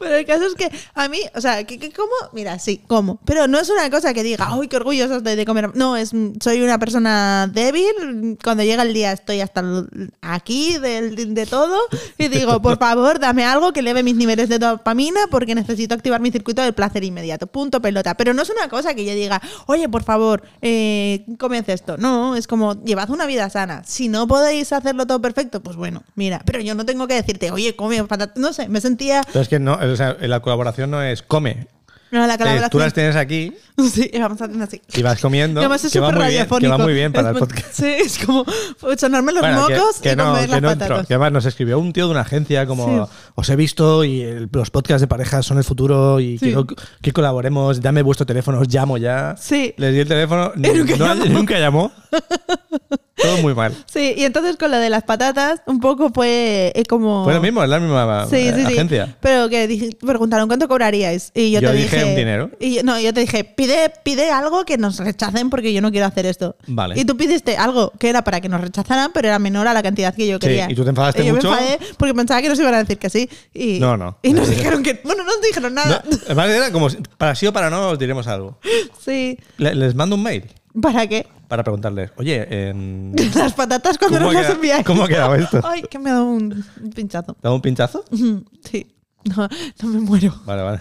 Speaker 2: Pero el caso es que a mí, o sea, que, que como, mira, sí, como. Pero no es una cosa que diga, ¡ay, qué orgulloso estoy de comer! No, es mm, soy una persona débil. Cuando llega el día estoy hasta el- aquí del- de todo. Y digo, por favor, dame algo que eleve mis niveles de dopamina porque necesito activar mi circuito del placer inmediato. Punto pelota. Pero no es una cosa que yo diga, oye, por favor, eh, comed esto. No, es como, llevad una vida sana. Si no podéis hacerlo todo perfecto, pues bueno, mira. Pero yo no tengo que decirte, oye, come patatas. No sé, me sentía.
Speaker 1: Pero es que no, o sea, la colaboración no es come.
Speaker 2: No, la
Speaker 1: Es, Eh, tú
Speaker 2: colaboración.
Speaker 1: las tienes aquí
Speaker 2: Sí, vamos haciendo así.
Speaker 1: y vas comiendo.
Speaker 2: Y Además es
Speaker 1: que, va
Speaker 2: súper
Speaker 1: muy bien, que va
Speaker 2: radiofónico.
Speaker 1: muy bien para el
Speaker 2: Es-
Speaker 1: podcast.
Speaker 2: Sí, es como pues, sonarme los
Speaker 1: Bueno,
Speaker 2: mocos y
Speaker 1: no,
Speaker 2: comer
Speaker 1: que
Speaker 2: las
Speaker 1: no entró.
Speaker 2: patatas.
Speaker 1: Que además nos escribió un tío de una agencia como
Speaker 2: Sí.
Speaker 1: os he visto y el- los podcasts de parejas son el futuro y
Speaker 2: Sí.
Speaker 1: quiero que colaboremos, dame vuestro teléfono, os llamo ya.
Speaker 2: Sí.
Speaker 1: Les di el teléfono,
Speaker 2: Y nunca
Speaker 1: no-
Speaker 2: llamó.
Speaker 1: nunca llamó. Todo muy mal.
Speaker 2: Sí, y entonces con lo de las patatas, un poco fue eh, como.
Speaker 1: Fue Pues lo mismo, es la misma
Speaker 2: Sí,
Speaker 1: eh,
Speaker 2: sí, sí.
Speaker 1: agencia.
Speaker 2: Pero que dije- preguntaron cuánto cobraríais. Y yo,
Speaker 1: Yo
Speaker 2: te
Speaker 1: dije,
Speaker 2: dije.
Speaker 1: un dinero.
Speaker 2: Y yo- no, yo te dije, pide, pide algo que nos rechacen porque yo no quiero hacer esto.
Speaker 1: Vale.
Speaker 2: Y tú pidiste algo que era para que nos rechazaran, pero era menor a la cantidad que yo
Speaker 1: Sí,
Speaker 2: quería.
Speaker 1: y tú te enfadaste
Speaker 2: Y yo
Speaker 1: mucho.
Speaker 2: me enfadé porque pensaba que nos iban a decir que sí. Y,
Speaker 1: No, no.
Speaker 2: Y nos dijeron que. Bueno, no nos dijeron
Speaker 1: No,
Speaker 2: nada.
Speaker 1: además era como si- para sí o para no os diremos algo.
Speaker 2: Sí.
Speaker 1: Le- les mando un mail
Speaker 2: ¿Para qué?
Speaker 1: para preguntarles, oye, em,
Speaker 2: Las patatas cuando
Speaker 1: ¿Cómo ha
Speaker 2: nos las
Speaker 1: quedado-
Speaker 2: enviáis.
Speaker 1: cómo ha quedado esto?
Speaker 2: Ay, que me ha dado un, un pinchazo.
Speaker 1: ¿damos un pinchazo?
Speaker 2: Mm, Sí. No, no me muero.
Speaker 1: Vale, vale.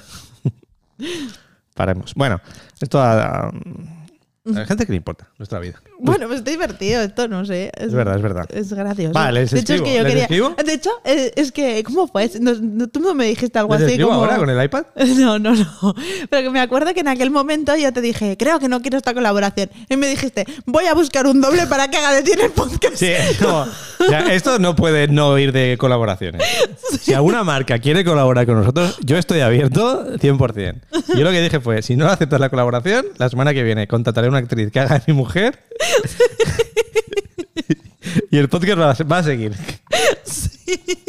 Speaker 1: Paremos. Bueno, esto a, a la gente que le importa nuestra vida.
Speaker 2: Bueno, pues está divertido esto, no sé.
Speaker 1: Es verdad, es verdad.
Speaker 2: Es gracioso.
Speaker 1: Vale, les
Speaker 2: de hecho,
Speaker 1: escribo,
Speaker 2: es que yo
Speaker 1: ¿les
Speaker 2: quería.
Speaker 1: escribo?
Speaker 2: De hecho, eh, es que, ¿cómo fue? No- no- tú no me dijiste algo
Speaker 1: ¿Les
Speaker 2: así
Speaker 1: escribo
Speaker 2: como.
Speaker 1: ahora con el iPad?
Speaker 2: No, no, no. Pero que me acuerdo que en aquel momento yo te dije, creo que no quiero esta colaboración. Y me dijiste, voy a buscar un doble para que haga de ti en el podcast.
Speaker 1: Sí, es como- ya, esto no puede no ir de colaboraciones. Si alguna marca quiere colaborar con nosotros, yo estoy abierto 100%. Yo lo que dije fue, si no aceptas la colaboración, la semana que viene contrataré a una actriz que haga de mi mujer y el podcast va a, va a seguir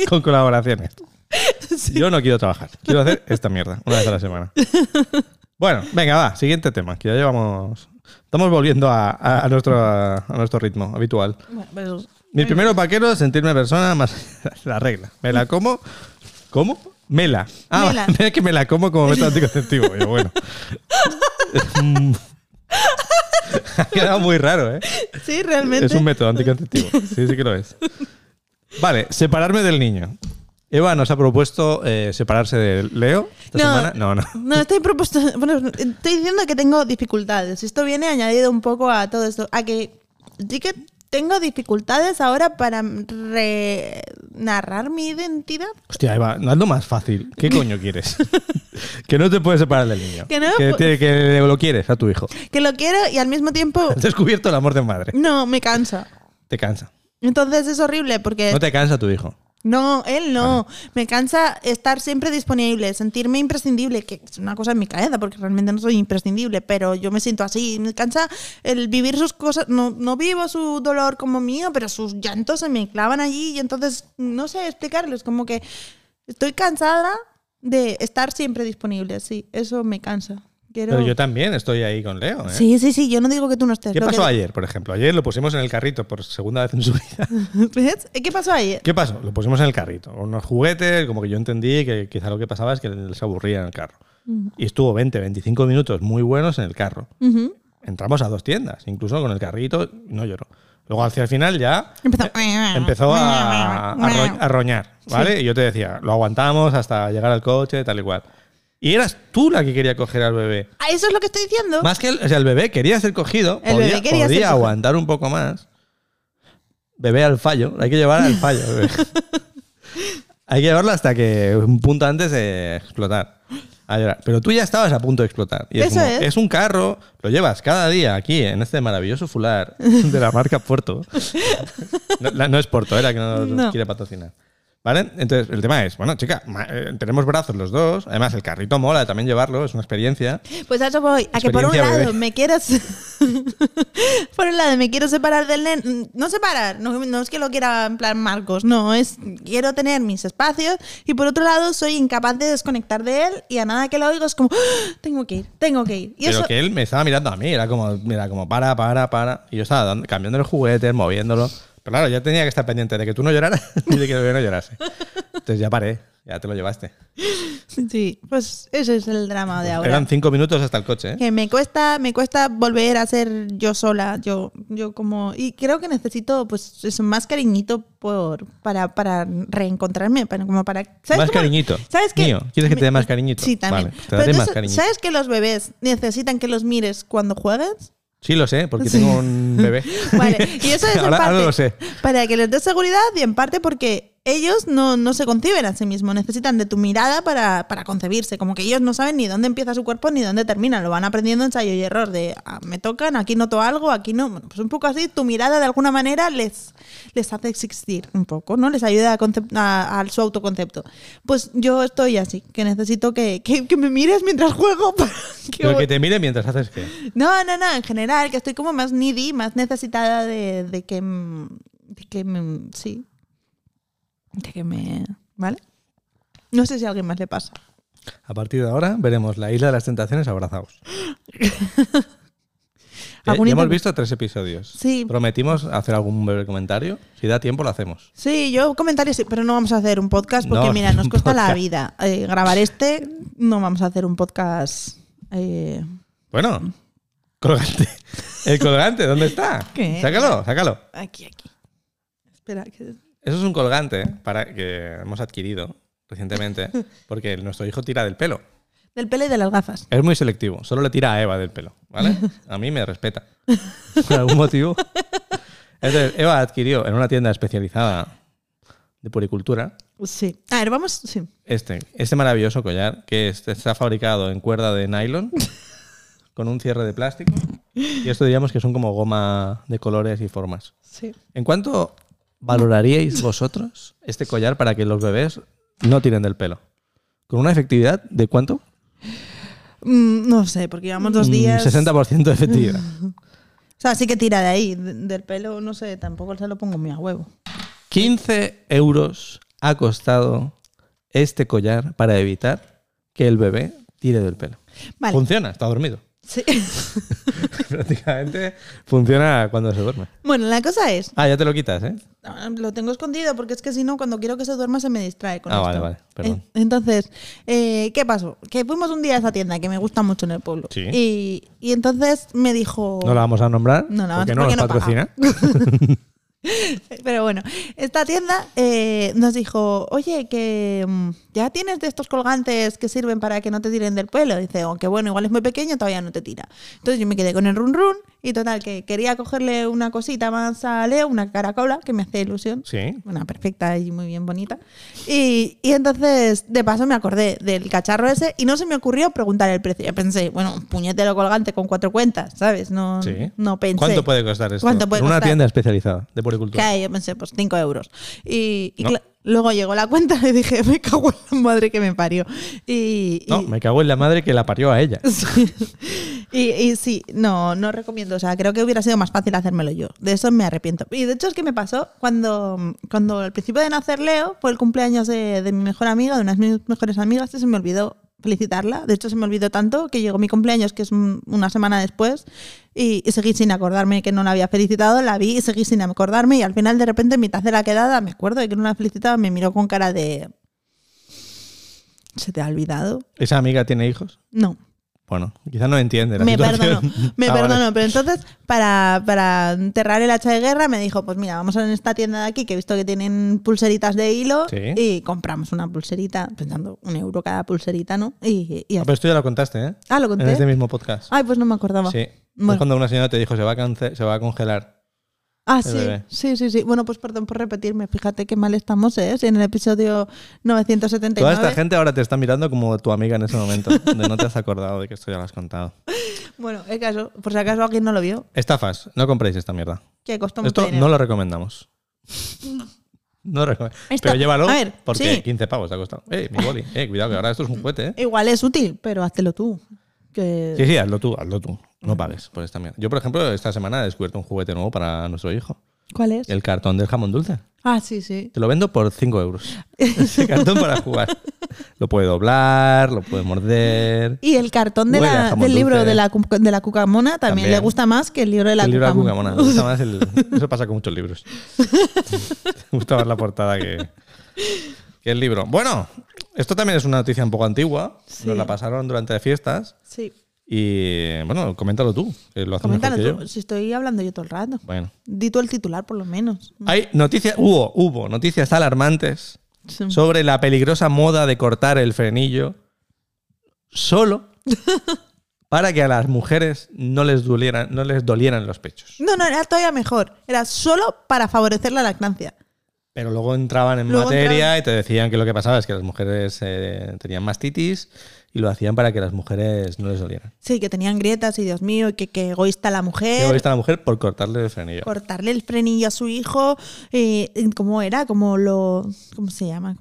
Speaker 1: con colaboraciones. Yo no quiero trabajar, quiero hacer esta mierda una vez a la semana. Bueno, venga, va, siguiente tema, que ya llevamos... Estamos volviendo a, a- a nuestro, a nuestro ritmo habitual.
Speaker 2: Bueno, pues,
Speaker 1: Mi primero vaquero es sentirme persona más la regla. Me la como. ¿Cómo? Mela. Ah,
Speaker 2: Mela.
Speaker 1: es que me la como como método anticonceptivo. Yo, bueno. Mm. ha quedado muy raro, ¿eh?
Speaker 2: sí, realmente.
Speaker 1: Es un método anticonceptivo. Sí, sí que lo es. Vale, separarme del niño. Eva nos ha propuesto eh, separarse de Leo esta semana. No, no.
Speaker 2: No, estoy propuesto. Bueno, estoy diciendo que tengo dificultades. Esto viene añadido un poco a todo esto. A que sí que tengo dificultades ahora para re- narrar mi identidad.
Speaker 1: Hostia, Eva, no es lo más fácil. ¿Qué coño quieres? que no te puedes separar del niño.
Speaker 2: Que no me
Speaker 1: que,
Speaker 2: pu-
Speaker 1: te- que lo quieres a tu hijo.
Speaker 2: Que lo quiero y al mismo tiempo.
Speaker 1: Has descubierto el amor de madre.
Speaker 2: No, me cansa.
Speaker 1: Te cansa.
Speaker 2: Entonces es horrible porque.
Speaker 1: No te cansa tu hijo.
Speaker 2: No, él no. Me cansa estar siempre disponible, sentirme imprescindible, que es una cosa en mi cabeza, porque realmente no soy imprescindible, pero yo me siento así. Me cansa el vivir sus cosas. No, no vivo su dolor como mío, pero sus llantos se me clavan allí y entonces no sé explicarles. Como que estoy cansada de estar siempre disponible, sí. Eso me cansa. Quiero...
Speaker 1: Pero, yo también estoy ahí con Leo. ¿eh?
Speaker 2: Sí, sí, sí, yo no digo que tú no estés.
Speaker 1: ¿Qué
Speaker 2: lo que-
Speaker 1: pasó ayer, por ejemplo? Ayer lo pusimos en el carrito por segunda vez en su vida.
Speaker 2: ¿Ves? ¿Qué pasó ayer?
Speaker 1: ¿Qué pasó? Lo pusimos en el carrito. Unos juguetes, como que yo entendí que quizá lo que pasaba es que él se aburría en el carro.
Speaker 2: Mm.
Speaker 1: Y estuvo 20, 25 minutos muy buenos en el carro.
Speaker 2: Ujú.
Speaker 1: Entramos a dos tiendas, incluso con el carrito, no lloró. Luego hacia el final ya
Speaker 2: Empezó,
Speaker 1: Eh, empezó a, a ro- a roñar, ¿vale? Y yo te decía, lo aguantamos hasta llegar al coche, tal y cual. Y eras tú la que quería coger al bebé.
Speaker 2: Ah, Eso es lo que estoy diciendo.
Speaker 1: Más que el, o sea, el bebé quería ser cogido,
Speaker 2: El
Speaker 1: podía,
Speaker 2: bebé quería ser
Speaker 1: podía
Speaker 2: cogido.
Speaker 1: aguantar un poco más. Bebé al fallo, hay que llevar al fallo. bebé. hay que llevarlo hasta que un punto antes de explotar. A llorar. Pero tú ya estabas a punto de explotar. Y es,
Speaker 2: Eso
Speaker 1: como,
Speaker 2: es.
Speaker 1: un carro, lo llevas cada día aquí en este maravilloso fular de la marca Porto. No, la- no es Porto, era que no, nos
Speaker 2: No.
Speaker 1: quiere patrocinar. ¿Vale? Entonces, el tema es, bueno, chica, ma- eh, tenemos brazos los dos. Además, el carrito mola también llevarlo, es una experiencia.
Speaker 2: Pues a eso voy. A que por un
Speaker 1: Experiencia
Speaker 2: lado
Speaker 1: bebé.
Speaker 2: me quieras. por un lado me quiero separar del nen. No separar. No, no es que lo quiera en plan Marcos. No, es. Quiero tener mis espacios. Y por otro lado soy incapaz de desconectar de él. Y a nada que lo oigo es como. "Ah, Tengo que ir, tengo que ir. Y
Speaker 1: Pero
Speaker 2: eso.
Speaker 1: que él me estaba mirando a mí, era como, mira, como para, para, para. Y yo estaba dando- cambiando los juguetes, moviéndolo. Pero claro, ya tenía que estar pendiente de que tú no lloraras y de que el bebé no llorase. Entonces ya paré, ya te lo llevaste.
Speaker 2: Sí, pues ese es el drama de ahora.
Speaker 1: Eran cinco minutos hasta el coche, ¿eh?
Speaker 2: Que me cuesta, me cuesta volver a ser yo sola, yo, yo como, y creo que necesito pues eso, más cariñito por, para, para reencontrarme, para, como para ¿sabes
Speaker 1: Más
Speaker 2: cómo?
Speaker 1: cariñito.
Speaker 2: ¿Sabes qué?
Speaker 1: Mío. ¿Quieres que te dé
Speaker 2: Me-
Speaker 1: más cariñito?
Speaker 2: Sí, también.
Speaker 1: Vale, pues te
Speaker 2: Pero
Speaker 1: daré más
Speaker 2: entonces,
Speaker 1: cariñito.
Speaker 2: ¿Sabes que los bebés necesitan que los mires cuando juegas?
Speaker 1: Sí, lo sé, porque
Speaker 2: Sí.
Speaker 1: tengo un bebé.
Speaker 2: Vale, y eso es en
Speaker 1: ahora,
Speaker 2: parte
Speaker 1: ahora lo sé.
Speaker 2: para que les dé seguridad y en parte porque ellos no, no se conciben a sí mismos, necesitan de tu mirada para, para concebirse, como que ellos no saben ni dónde empieza su cuerpo ni dónde termina, lo van aprendiendo ensayo y error, de ah, me tocan, aquí noto algo, aquí no, Bueno, pues un poco así, tu mirada de alguna manera les, les hace existir un poco, ¿no? Les ayuda a, concep- a- a su autoconcepto. Pues yo estoy así, que necesito que, que- que me mires mientras juego. para que
Speaker 1: Pero
Speaker 2: voy-
Speaker 1: que te mire mientras haces qué.
Speaker 2: no, no, no, en general, que estoy como más needy, más necesitada de, de que. mm, de que. mm, sí. De que me. ¿Vale? No sé si a alguien más le pasa.
Speaker 1: A partir de ahora veremos la isla de las tentaciones abrazados. Ya,
Speaker 2: ¿Algún
Speaker 1: Eh, ya hemos
Speaker 2: inter-
Speaker 1: visto tres episodios.
Speaker 2: Sí.
Speaker 1: Prometimos hacer algún breve comentario. Si da tiempo, lo hacemos.
Speaker 2: Sí, yo comentarios, sí, pero no vamos a hacer un podcast porque,
Speaker 1: No,
Speaker 2: mira, nos
Speaker 1: un
Speaker 2: cuesta la
Speaker 1: podcast.
Speaker 2: vida. Eh, grabar este, no vamos a hacer un podcast. eh,
Speaker 1: Bueno, colgante. El colgante, ¿dónde está?
Speaker 2: ¿Qué?
Speaker 1: Sácalo, sácalo.
Speaker 2: aquí, aquí. Espera, que.
Speaker 1: Eso es un colgante para que hemos adquirido recientemente porque nuestro hijo tira del pelo.
Speaker 2: Del pelo y de las gafas.
Speaker 1: Es muy selectivo, solo le tira a Eva del pelo, ¿vale? A mí me respeta. Por algún motivo. Entonces, Eva adquirió en una tienda especializada de puricultura
Speaker 2: Sí. A ver, vamos. Sí.
Speaker 1: este, este maravilloso collar que es- está fabricado en cuerda de nylon con un cierre de plástico. Y esto diríamos que son como goma de colores y formas.
Speaker 2: Sí.
Speaker 1: ¿En cuánto valoraríais vosotros este collar para que los bebés no tiren del pelo? ¿Con una efectividad de cuánto?
Speaker 2: Mm, no sé, porque llevamos dos
Speaker 1: Mm,
Speaker 2: días.
Speaker 1: 60% de efectividad.
Speaker 2: O sea, sí que tira de ahí, de- del pelo, no sé, tampoco se lo pongo muy a huevo.
Speaker 1: 15 euros ha costado este collar para evitar que el bebé tire del pelo.
Speaker 2: Vale.
Speaker 1: Funciona, está dormido.
Speaker 2: Sí.
Speaker 1: Prácticamente funciona cuando se duerme.
Speaker 2: bueno, la cosa es,
Speaker 1: Ah, ya te lo quitas, ¿eh?
Speaker 2: ah, lo tengo escondido porque es que si no, cuando quiero que se duerma se me distrae con
Speaker 1: Ah,
Speaker 2: esto.
Speaker 1: vale, vale, perdón.
Speaker 2: Eh, Entonces, eh, ¿qué pasó? Que fuimos un día a esa tienda que me gusta mucho en el pueblo.
Speaker 1: Sí.
Speaker 2: Y, y entonces me dijo...
Speaker 1: No la vamos a nombrar
Speaker 2: Oh. No la
Speaker 1: porque
Speaker 2: vamos-
Speaker 1: no
Speaker 2: porque
Speaker 1: nos
Speaker 2: no
Speaker 1: patrocina.
Speaker 2: Pero bueno, esta tienda eh, nos dijo, oye, que mm, ya tienes de estos colgantes que sirven para que no te tiren del pelo. Dice, aunque bueno, igual es muy pequeño, todavía no te tira. Entonces yo me quedé con el run run y total, que quería cogerle una cosita más a Leo, una caracola, que me hace ilusión.
Speaker 1: Sí.
Speaker 2: Una perfecta y muy bien bonita. Y, y entonces, de paso, me acordé del cacharro ese y no se me ocurrió preguntar el precio. Ya pensé, bueno, un puñetero colgante con cuatro cuentas, ¿sabes? No,
Speaker 1: sí.
Speaker 2: no pensé.
Speaker 1: ¿Cuánto puede costar esto?
Speaker 2: ¿Cuánto puede
Speaker 1: en una
Speaker 2: costar?
Speaker 1: tienda especializada de poricultura.
Speaker 2: Claro, yo pensé, pues 5 euros. Y, y
Speaker 1: No.
Speaker 2: cla- luego llegó la cuenta y dije, me cago en la madre que me parió. Y, y-
Speaker 1: No, me cago en la madre que la parió a ella.
Speaker 2: y, y sí, no, no recomiendo. O sea, creo que hubiera sido más fácil hacérmelo yo. De eso me arrepiento. Y de hecho es que me pasó cuando, cuando al principio de nacer Leo fue el cumpleaños de, de mi mejor amiga, de unas de mis mejores amigas, y se me olvidó felicitarla. De hecho, se me olvidó tanto que llegó mi cumpleaños, que es un- una semana después, y, y seguí sin acordarme que no la había felicitado. La vi y seguí sin acordarme. Y al final, de repente, en mitad de la quedada, me acuerdo de que no la felicitaba, me miró con cara de. ¿Se te ha olvidado?
Speaker 1: ¿Esa amiga tiene hijos?
Speaker 2: No.
Speaker 1: Bueno, quizás no entiende la
Speaker 2: Me
Speaker 1: situación.
Speaker 2: perdono, me
Speaker 1: Ah, vale.
Speaker 2: perdono. Pero entonces, para, para enterrar el hacha de guerra, me dijo, pues mira, vamos a esta tienda de aquí, que he visto que tienen pulseritas de hilo,
Speaker 1: Sí.
Speaker 2: y compramos una pulserita, pensando un euro cada pulserita, ¿no? Y, y- y
Speaker 1: Ah, pero esto ya lo contaste, ¿eh?
Speaker 2: Ah, ¿lo
Speaker 1: En
Speaker 2: conté?
Speaker 1: este mismo podcast.
Speaker 2: Ay, pues no me acordaba.
Speaker 1: sí.
Speaker 2: Bueno.
Speaker 1: Es cuando una señora te dijo se va a, cance- se va a congelar.
Speaker 2: Ah, sí,
Speaker 1: bebé.
Speaker 2: sí, sí, sí. Bueno, pues perdón por repetirme, fíjate qué mal estamos, ¿eh? Si en el episodio 979...
Speaker 1: Toda esta gente ahora te está mirando como tu amiga en ese momento. de no te has acordado de que esto ya lo has contado.
Speaker 2: Bueno, el caso, por si acaso alguien no lo vio,
Speaker 1: Estafas, no compréis esta mierda.
Speaker 2: que costó mucho
Speaker 1: Esto
Speaker 2: dinero.
Speaker 1: no lo recomendamos. No lo recome-
Speaker 2: Esto-
Speaker 1: Pero llévalo
Speaker 2: a ver,
Speaker 1: porque
Speaker 2: sí.
Speaker 1: 15 pavos te ha costado. Eh, mi boli, eh, cuidado que ahora esto es un juguete, eh.
Speaker 2: Igual es útil, pero háztelo tú. Que...
Speaker 1: Sí, sí, hazlo tú, hazlo tú. No pagues por esta mierda. Yo, por ejemplo, esta semana he descubierto un juguete nuevo para nuestro hijo.
Speaker 2: ¿Cuál es?
Speaker 1: El cartón del jamón dulce.
Speaker 2: Ah, sí, sí.
Speaker 1: Te lo vendo por 5 euros. Ese cartón para jugar. Lo puede doblar, lo puede morder.
Speaker 2: Y el cartón de
Speaker 1: Huele
Speaker 2: la-
Speaker 1: a jamón
Speaker 2: del libro
Speaker 1: dulce. ¿eh?
Speaker 2: de la, cu- de la cucamona también,
Speaker 1: También.
Speaker 2: le gusta más que el libro de la
Speaker 1: el libro de la
Speaker 2: cucamona.
Speaker 1: cucamona. Me gusta más el- Eso pasa con muchos libros. Me gusta más la portada que, que el libro. Bueno, esto también es una noticia un poco antigua.
Speaker 2: Sí.
Speaker 1: Nos la pasaron durante las fiestas.
Speaker 2: Sí,
Speaker 1: Y bueno, coméntalo tú, que lo haces mejor
Speaker 2: coméntalo
Speaker 1: que
Speaker 2: tú,
Speaker 1: yo.
Speaker 2: si estoy hablando yo todo el rato.
Speaker 1: Bueno.
Speaker 2: Di tú el titular, por lo menos.
Speaker 1: Hay noticias, hubo, hubo noticias alarmantes
Speaker 2: Sí.
Speaker 1: sobre la peligrosa moda de cortar el frenillo solo para que a las mujeres no les dolieran, no les dolieran los pechos.
Speaker 2: No, no, era todavía mejor. Era solo para favorecer la lactancia.
Speaker 1: Pero luego entraban en
Speaker 2: Luego
Speaker 1: materia
Speaker 2: entraban.
Speaker 1: y te decían que lo que pasaba es que las mujeres eh, tenían mastitis y lo hacían para que las mujeres no les dolieran.
Speaker 2: Sí, que tenían grietas y Dios mío, y que, que egoísta la
Speaker 1: Qué
Speaker 2: mujer.
Speaker 1: egoísta la mujer por cortarle el frenillo.
Speaker 2: cortarle el frenillo a su hijo, eh, ¿cómo era? Como lo... ¿Cómo se llama?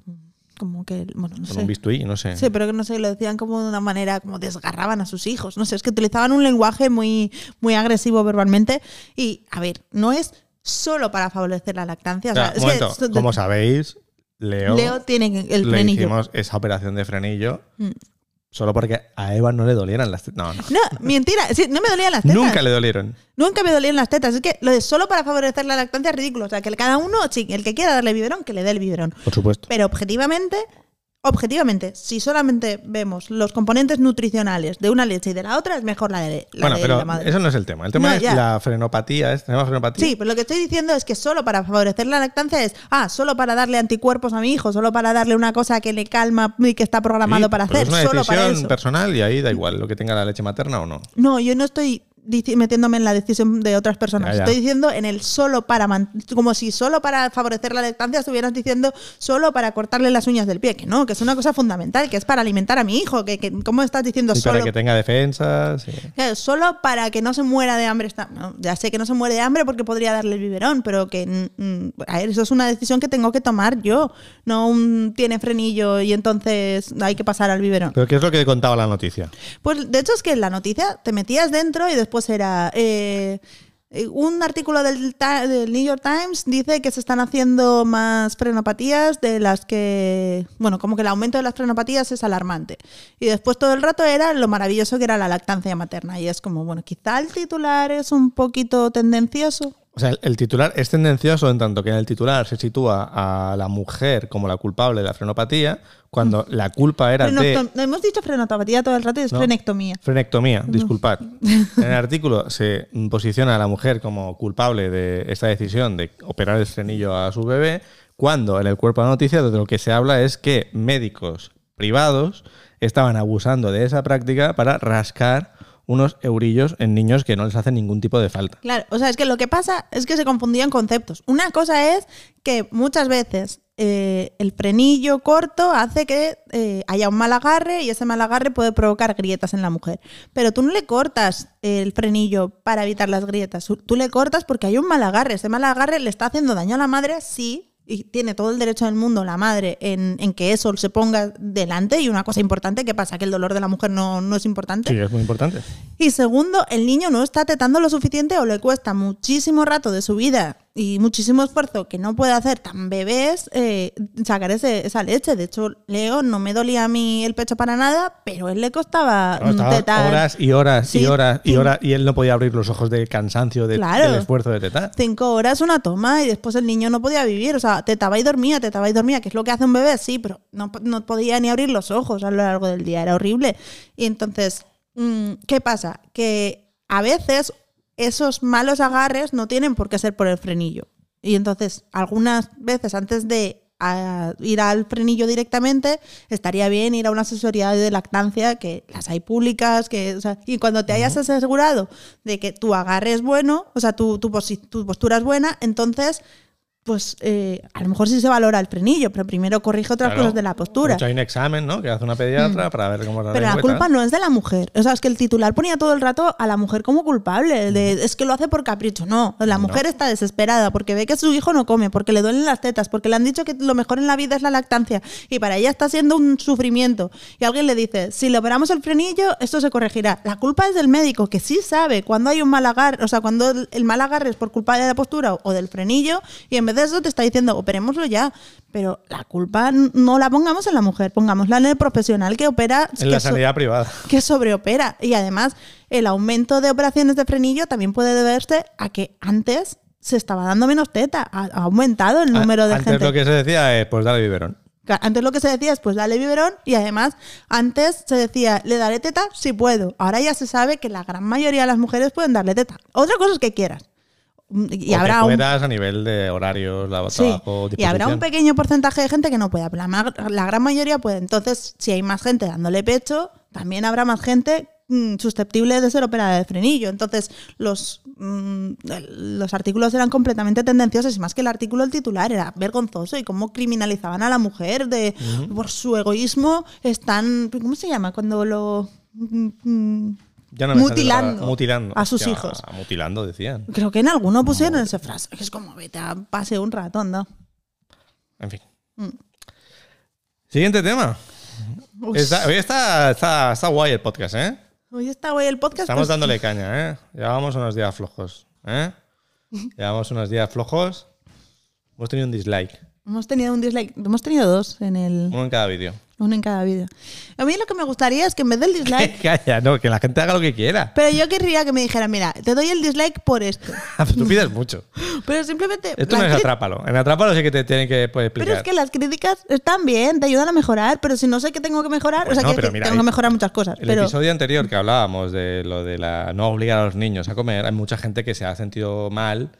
Speaker 2: Como que... Bueno, no
Speaker 1: Con
Speaker 2: sé.
Speaker 1: un bisturí, no sé.
Speaker 2: Sí, pero que no sé, lo decían como de una manera, como desgarraban a sus hijos. No sé, es que utilizaban un lenguaje muy, muy agresivo verbalmente. Y, a ver, no es solo para favorecer la lactancia. o
Speaker 1: O
Speaker 2: sea,
Speaker 1: sea,
Speaker 2: es
Speaker 1: un momento,
Speaker 2: que, esto-
Speaker 1: como sabéis, Leo,
Speaker 2: Leo tiene el
Speaker 1: le
Speaker 2: frenillo.
Speaker 1: hicimos esa operación de frenillo
Speaker 2: Mm.
Speaker 1: solo porque a Eva no le dolieran las tetas. No, no.
Speaker 2: No, mentira, sí, no me dolían las tetas.
Speaker 1: Nunca le dolieron.
Speaker 2: Nunca me dolían las tetas. Es que lo de solo para favorecer la lactancia es ridículo. O sea, que cada uno, sí, el que quiera darle biberón, que le dé el biberón.
Speaker 1: Por supuesto.
Speaker 2: Pero objetivamente, objetivamente, si solamente vemos los componentes nutricionales de una leche y de la otra, es mejor la de la,
Speaker 1: bueno,
Speaker 2: de
Speaker 1: pero
Speaker 2: la madre.
Speaker 1: eso no es el tema. El tema
Speaker 2: No,
Speaker 1: es
Speaker 2: ya.
Speaker 1: la frenopatía. ¿es? ¿Se llama frenopatía?
Speaker 2: Sí, pero lo que estoy diciendo es que solo para favorecer la lactancia es, ah, solo para darle anticuerpos a mi hijo, solo para darle una cosa que le calma y que está programado
Speaker 1: Sí,
Speaker 2: para
Speaker 1: pero
Speaker 2: hacer,
Speaker 1: Es una
Speaker 2: solo para
Speaker 1: decisión
Speaker 2: eso.
Speaker 1: personal y ahí da igual lo que tenga la leche materna o no.
Speaker 2: No, yo no estoy dici- metiéndome en la decisión de otras personas.
Speaker 1: Ya, ya.
Speaker 2: Estoy diciendo en el solo para, man- como si solo para favorecer la lactancia estuvieras diciendo solo para cortarle las uñas del pie, que no, que es una cosa fundamental, que es para alimentar a mi hijo, que, que- ¿cómo estás diciendo
Speaker 1: Y
Speaker 2: solo
Speaker 1: para que tenga defensas. y-
Speaker 2: Claro, solo para que no se muera de hambre. Está, no, ya sé que no se muere de hambre porque podría darle el biberón, pero que. mm, mm, a ver, eso es una decisión que tengo que tomar yo. No un tiene frenillo y entonces hay que pasar al biberón.
Speaker 1: Pero ¿qué es lo que contaba la noticia?
Speaker 2: Pues de hecho es que en la noticia te metías dentro y después era. eh, eh, un artículo del, Ta- del New York Times dice que se están haciendo más frenopatías de las que. Bueno, como que el aumento de las frenopatías es alarmante. Y después todo el rato era lo maravilloso que era la lactancia materna. Y es como, bueno, quizá el titular es un poquito tendencioso.
Speaker 1: O sea, el, el titular es tendencioso en tanto que en el titular se sitúa a la mujer como la culpable de la frenopatía, cuando la culpa era de
Speaker 2: Frenoctom- hemos dicho frenopatía todo el rato y es
Speaker 1: No.
Speaker 2: frenectomía.
Speaker 1: frenectomía, disculpad. En el artículo se posiciona a la mujer como culpable de esta decisión de operar el frenillo a su bebé, cuando en el cuerpo de la noticia de lo que se habla es que médicos privados estaban abusando de esa práctica para rascar unos eurillos en niños que no les hace ningún tipo de falta.
Speaker 2: Claro, o sea, es que lo que pasa es que se confundían conceptos. Una cosa es que muchas veces eh, el frenillo corto hace que eh, haya un mal agarre y ese mal agarre puede provocar grietas en la mujer. Pero tú no le cortas el frenillo para evitar las grietas, tú le cortas porque hay un mal agarre. Ese mal agarre le está haciendo daño a la madre, sí. Y tiene todo el derecho del mundo la madre en, en que eso se ponga delante. Y una cosa importante, ¿qué pasa? Que el dolor de la mujer no, no es importante.
Speaker 1: Sí, es muy importante.
Speaker 2: Y segundo, el niño no está tetando lo suficiente o le cuesta muchísimo rato de su vida y muchísimo esfuerzo que no puede hacer tan bebés eh, sacar ese- esa leche. De hecho, Leo no me dolía a mí el pecho para nada, pero él le costaba
Speaker 1: Claro,
Speaker 2: mm,
Speaker 1: estaba
Speaker 2: tetar.
Speaker 1: horas y horas y
Speaker 2: Sí,
Speaker 1: horas y
Speaker 2: sí.
Speaker 1: horas y él no podía abrir los ojos de cansancio de-
Speaker 2: Claro.
Speaker 1: del esfuerzo de tetar.
Speaker 2: Cinco horas una toma y después el niño no podía vivir. O sea, tetaba y dormía, tetaba y dormía, que es lo que hace un bebé, sí, pero no, po- no podía ni abrir los ojos a lo largo del día, era horrible. Y entonces, mm, ¿qué pasa? Que a veces esos malos agarres no tienen por qué ser por el frenillo. Y entonces, algunas veces antes de a- ir al frenillo directamente, estaría bien ir a una asesoría de lactancia, que las hay públicas, que, o sea, y cuando te hayas asegurado de que tu agarre es bueno, o sea, tu, tu, posi- tu postura es buena, entonces, pues eh, a lo mejor sí se valora el frenillo, pero primero corrige otras
Speaker 1: Claro.
Speaker 2: cosas de la
Speaker 1: De
Speaker 2: postura. Mm.
Speaker 1: hecho, hay un examen, ¿no? Que hace una pediatra para ver cómo la
Speaker 2: Pero la
Speaker 1: lengüeta.
Speaker 2: culpa no es de la mujer. O sea, es que el titular ponía todo el rato a la mujer como culpable. de, es que lo hace por capricho. No, la mujer está desesperada porque ve que su hijo no come, porque le duelen las tetas, porque le han dicho que lo mejor en la vida es la lactancia. Y para ella está siendo un sufrimiento. Y alguien le dice, si le operamos el frenillo, esto se corregirá. La culpa es del médico, que sí sabe cuando hay un mal agarre, o sea, cuando el el mal agarre es por culpa de la postura o- o del frenillo, y en vez de eso te está diciendo, operémoslo ya. Pero la culpa n- no la pongamos en la mujer, pongámosla en el profesional que opera
Speaker 1: En la
Speaker 2: que so-
Speaker 1: sanidad privada.
Speaker 2: que sobreopera. Y además, el aumento de operaciones de frenillo también puede deberse a que antes se estaba dando menos teta. Ha, ha aumentado el número
Speaker 1: A-
Speaker 2: de
Speaker 1: Ah, Antes
Speaker 2: gente.
Speaker 1: lo que se decía es, pues dale biberón.
Speaker 2: Claro, Antes lo que se decía es, pues dale biberón. Y además, antes se decía, le daré teta si puedo. Ahora ya se sabe que la gran mayoría de las mujeres pueden darle teta. Otra cosa es que quieras. Y
Speaker 1: O
Speaker 2: habrá
Speaker 1: que
Speaker 2: un
Speaker 1: fueras a nivel de horarios, la
Speaker 2: Sí,
Speaker 1: trabajo,
Speaker 2: y habrá un
Speaker 1: disposición.
Speaker 2: pequeño porcentaje de gente que no pueda, pero la, ma- la gran mayoría puede. Entonces, si hay más gente dándole pecho, también habrá más gente mm, susceptible de ser operada de frenillo. Entonces, los mm, el- los artículos eran completamente tendenciosos y más que el artículo, el titular era vergonzoso y cómo criminalizaban a la mujer de por su egoísmo están, ¿cómo se llama? Cuando lo... mm, mm,
Speaker 1: Ya no me sale la
Speaker 2: mutilando,
Speaker 1: palabra. mutilando.
Speaker 2: a sus
Speaker 1: Hostia,
Speaker 2: hijos.
Speaker 1: Mutilando, decían.
Speaker 2: Creo que en alguno pusieron esa frase, que es como, vete a pase un ratón, ¿no?
Speaker 1: En fin.
Speaker 2: Mm.
Speaker 1: Siguiente tema.
Speaker 2: Uy,
Speaker 1: Está- hoy está, está, está guay el podcast, ¿eh?
Speaker 2: hoy está hoy el podcast.
Speaker 1: Estamos
Speaker 2: pues,
Speaker 1: dándole caña, ¿eh? Llevamos unos días flojos, ¿eh? Llevamos unos días flojos. Hemos tenido un dislike.
Speaker 2: Hemos tenido un dislike, hemos tenido dos en el...
Speaker 1: Uno en cada vídeo.
Speaker 2: Uno en cada vídeo. A mí lo que me gustaría es que en vez del dislike
Speaker 1: Calla, no, que la gente haga lo que quiera.
Speaker 2: Pero yo querría que me dijera, mira, te doy el dislike por esto.
Speaker 1: Tú pides mucho.
Speaker 2: Pero simplemente...
Speaker 1: Esto
Speaker 2: las
Speaker 1: no es
Speaker 2: cri-
Speaker 1: Atrápalo. En Atrápalo sí que te tienen que pues, explicar.
Speaker 2: pero es que las críticas están bien, te ayudan a mejorar, pero si no sé qué tengo que mejorar, o
Speaker 1: Bueno,
Speaker 2: sea, que,
Speaker 1: Pues pero
Speaker 2: que
Speaker 1: mira,
Speaker 2: tengo
Speaker 1: el-
Speaker 2: que mejorar muchas cosas.
Speaker 1: El
Speaker 2: pero
Speaker 1: episodio anterior que hablábamos de lo de la no obligar a los niños a comer, hay mucha gente que se ha sentido mal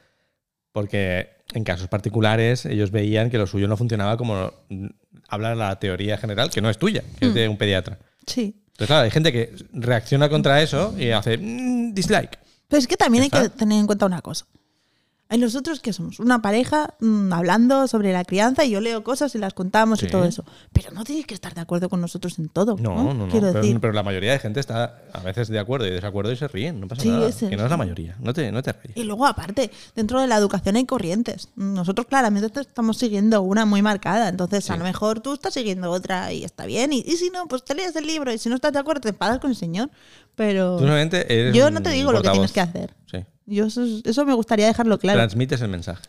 Speaker 1: porque en casos particulares ellos veían que lo suyo no funcionaba como mm, habla la teoría general, que no es tuya,
Speaker 2: Hmm.
Speaker 1: que es de un pediatra.
Speaker 2: sí.
Speaker 1: Entonces, claro, hay gente que reacciona contra eso y hace mm, dislike.
Speaker 2: Pero es que también hay que
Speaker 1: Está.
Speaker 2: tener en cuenta una cosa. Hay nosotros que somos una pareja mm, hablando sobre la crianza y yo leo cosas y las contamos y
Speaker 1: Sí.
Speaker 2: todo eso. Pero no tienes que estar de acuerdo con nosotros en todo.
Speaker 1: No, no, no.
Speaker 2: Ah, Quiero
Speaker 1: pero,
Speaker 2: decir,
Speaker 1: pero la mayoría de gente está a veces de acuerdo y desacuerdo y se ríen. No pasa
Speaker 2: Sí,
Speaker 1: nada.
Speaker 2: ese
Speaker 1: Que
Speaker 2: es.
Speaker 1: no es la mayoría. No te, no te ríes.
Speaker 2: Y luego, aparte, dentro de la educación hay corrientes. Nosotros claramente te estamos siguiendo una muy marcada. Entonces, a lo mejor tú estás siguiendo otra y está bien. Y, y si no, pues te lees el libro. Y si no estás de acuerdo, te enfadas con el señor. Pero
Speaker 1: Tú solamente eres
Speaker 2: yo no te
Speaker 1: un
Speaker 2: digo lo que
Speaker 1: portavoz.
Speaker 2: tienes que hacer.
Speaker 1: Sí.
Speaker 2: Yo eso, eso me gustaría dejarlo claro.
Speaker 1: Transmites el mensaje.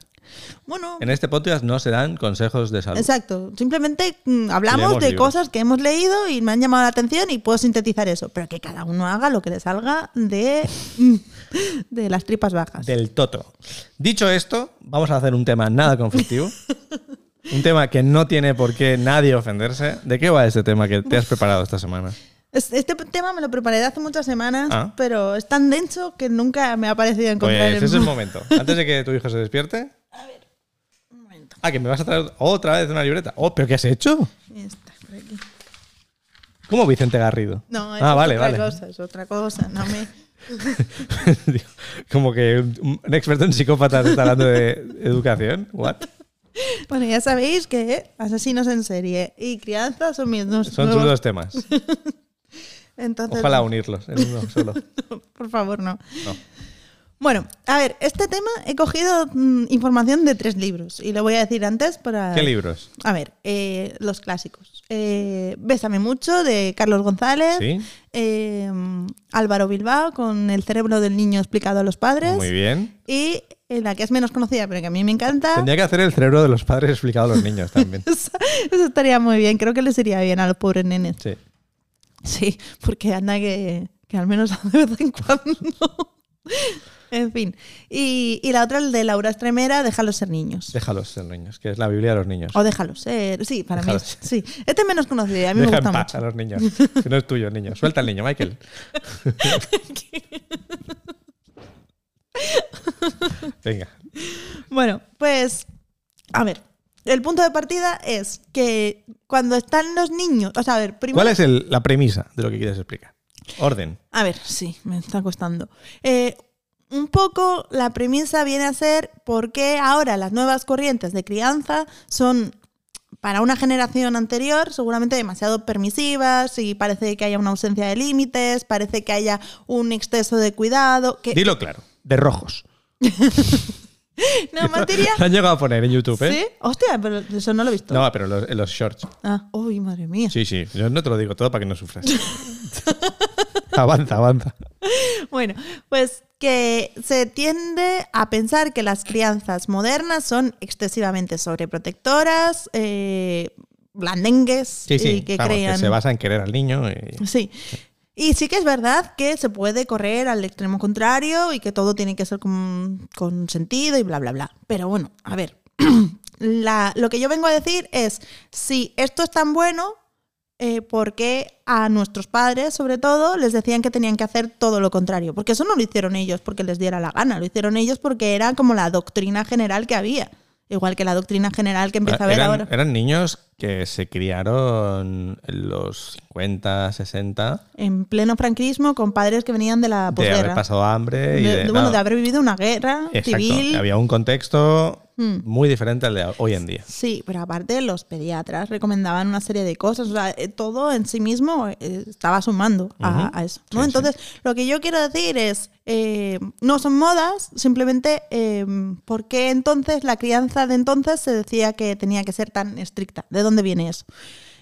Speaker 2: bueno,
Speaker 1: En este podcast no se dan consejos de salud.
Speaker 2: exacto. Simplemente mm, hablamos
Speaker 1: Leemos
Speaker 2: de
Speaker 1: libros.
Speaker 2: cosas que hemos leído y me han llamado la atención y puedo sintetizar eso. Pero que cada uno haga lo que le salga de, de las tripas bajas.
Speaker 1: Del toto. Dicho esto, vamos a hacer un tema nada conflictivo. un tema que no tiene por qué nadie ofenderse. ¿De qué va este tema que te has preparado esta semana?
Speaker 2: Es- Este tema me lo preparé de hace muchas semanas,
Speaker 1: Ah.
Speaker 2: pero es tan denso que nunca me ha parecido encontrar
Speaker 1: Pues
Speaker 2: el-
Speaker 1: es el momento. Antes de que tu hijo se despierte.
Speaker 2: Un momento.
Speaker 1: Ah, que me vas a traer otra vez una libreta. Oh, ¿pero qué has hecho?
Speaker 2: Está por aquí.
Speaker 1: ¿Cómo Vicente Garrido?
Speaker 2: No, es
Speaker 1: ah, vale,
Speaker 2: otra
Speaker 1: vale.
Speaker 2: cosa, es otra cosa. No me...
Speaker 1: Digo, Como que un un experto en psicópatas está hablando de educación. What?
Speaker 2: Bueno, ya sabéis que asesinos en serie y crianza son mis dos.
Speaker 1: Son tus
Speaker 2: nuevos-
Speaker 1: dos temas.
Speaker 2: Entonces,
Speaker 1: Ojalá unirlos en uno solo.
Speaker 2: por favor, no.
Speaker 1: No.
Speaker 2: Bueno, a ver, este tema he cogido mm, información de tres libros y lo voy a decir antes para...
Speaker 1: ¿Qué libros?
Speaker 2: A ver, eh, los clásicos. Eh, Bésame mucho de Carlos González.
Speaker 1: Sí.
Speaker 2: Eh, Álvaro Bilbao con El cerebro del niño explicado a los padres.
Speaker 1: Muy bien.
Speaker 2: Y eh, la que es menos conocida, pero que a mí me encanta.
Speaker 1: Tendría que hacer el cerebro de los padres explicado a los niños también.
Speaker 2: Eso estaría muy bien. Creo que les iría bien a los pobres nenes.
Speaker 1: Sí.
Speaker 2: Sí, porque anda que, que al menos de vez en cuando. en fin. Y, y la otra, el de Laura Estremera, Déjalos ser niños.
Speaker 1: Déjalos ser niños, que es la Biblia de los niños.
Speaker 2: O déjalos ser. Sí, para
Speaker 1: Déjalos
Speaker 2: mí. es- Sí. Este es menos conocido y a mí
Speaker 1: Deja
Speaker 2: me
Speaker 1: en
Speaker 2: gusta
Speaker 1: paz
Speaker 2: mucho.
Speaker 1: a los niños. Que no es tuyo, niño. Suelta al niño, Michael. Venga.
Speaker 2: Bueno, pues, a ver, el punto de partida es que cuando están los niños, o sea, a ver, primero...
Speaker 1: ¿Cuál es el- la premisa de lo que quieres explicar? Orden.
Speaker 2: A ver, sí, me está costando. Eh, un poco la premisa viene a ser por qué ahora las nuevas corrientes de crianza son para una generación anterior seguramente demasiado permisivas y parece que haya una ausencia de límites, parece que haya un exceso de cuidado, que
Speaker 1: Dilo claro. De rojos.
Speaker 2: no materia...
Speaker 1: Lo han llegado a poner en YouTube, ¿eh?
Speaker 2: Sí, hostia, pero eso no lo he visto.
Speaker 1: No, pero los, en los shorts.
Speaker 2: Ah, uy, madre mía.
Speaker 1: Sí, sí. Yo no te lo digo todo para que no sufras. avanza, avanza.
Speaker 2: Bueno, pues que se tiende a pensar que las crianzas modernas son excesivamente sobreprotectoras, eh, blandengues
Speaker 1: Sí, sí.
Speaker 2: y que
Speaker 1: vamos,
Speaker 2: crean.
Speaker 1: que se basa en querer al niño. y-
Speaker 2: Sí. Y sí que es verdad que se puede correr al extremo contrario y que todo tiene que ser con, con sentido y bla, bla, bla. Pero bueno, a ver, la- lo que yo vengo a decir es, si esto es tan bueno, eh, ¿por qué a nuestros padres, sobre todo, les decían que tenían que hacer todo lo contrario? Porque eso no lo hicieron ellos porque les diera la gana, lo hicieron ellos porque era como la doctrina general que había. Igual que la doctrina general que empieza a ver
Speaker 1: Ah, eran,
Speaker 2: ahora.
Speaker 1: eran niños que se criaron en los 50, 60,
Speaker 2: En pleno franquismo, con padres que venían de la
Speaker 1: de haber
Speaker 2: posguerra.
Speaker 1: pasado hambre y
Speaker 2: De-
Speaker 1: de,
Speaker 2: de- bueno,
Speaker 1: no.
Speaker 2: de haber vivido una guerra
Speaker 1: Exacto.
Speaker 2: civil.
Speaker 1: Había un contexto
Speaker 2: Mm.
Speaker 1: muy diferente al de hoy en día.
Speaker 2: Sí, pero aparte los pediatras recomendaban una serie de cosas, o sea, eh, todo en sí mismo eh, estaba sumando a,
Speaker 1: Ujú.
Speaker 2: a eso. ¿no?
Speaker 1: Sí,
Speaker 2: Entonces, lo que yo quiero decir es, eh, no son modas, simplemente eh, por qué entonces la crianza de entonces se decía que tenía que ser tan estricta, ¿de dónde viene eso?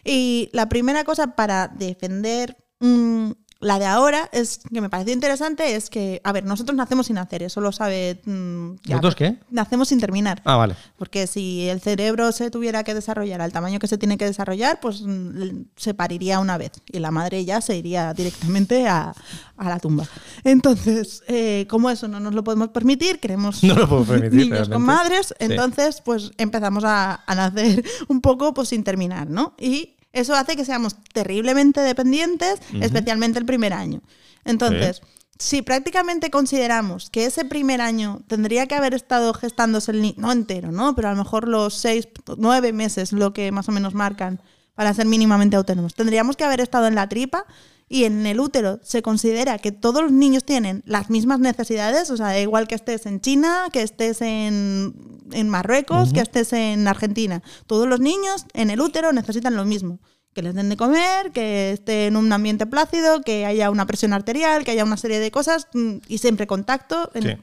Speaker 2: Y la primera cosa para defender mm, la de ahora es que me pareció interesante es que, a ver, nosotros nacemos sin hacer, eso lo sabe... mm, ya,
Speaker 1: ¿Nosotros qué?
Speaker 2: Nacemos sin terminar.
Speaker 1: Ah, vale.
Speaker 2: Porque si el cerebro se tuviera que desarrollar al tamaño que se tiene que desarrollar, pues mm, l- se pariría una vez y la madre ya se iría directamente a, a la tumba. Entonces, eh, como eso no nos lo podemos permitir, queremos
Speaker 1: No lo puedo permitir.
Speaker 2: niños
Speaker 1: realmente.
Speaker 2: con madres,
Speaker 1: Sí.
Speaker 2: entonces pues empezamos a, a nacer un poco pues sin terminar, ¿no? Y eso hace que seamos terriblemente dependientes, especialmente el primer año. Entonces, si prácticamente consideramos que ese primer año tendría que haber estado gestándose el niño, no entero, ¿no? Pero a lo mejor los seis, nueve meses, lo que más o menos marcan para ser mínimamente autónomos, tendríamos que haber estado en la tripa y en el útero se considera que todos los niños tienen las mismas necesidades, o sea, da igual que estés en China, que estés en, en Marruecos, que estés en Argentina, todos los niños en el útero necesitan lo mismo. Que les den de comer, que esté en un ambiente plácido, que haya una presión arterial, que haya una serie de cosas mm, y siempre contacto. en-
Speaker 1: Sí.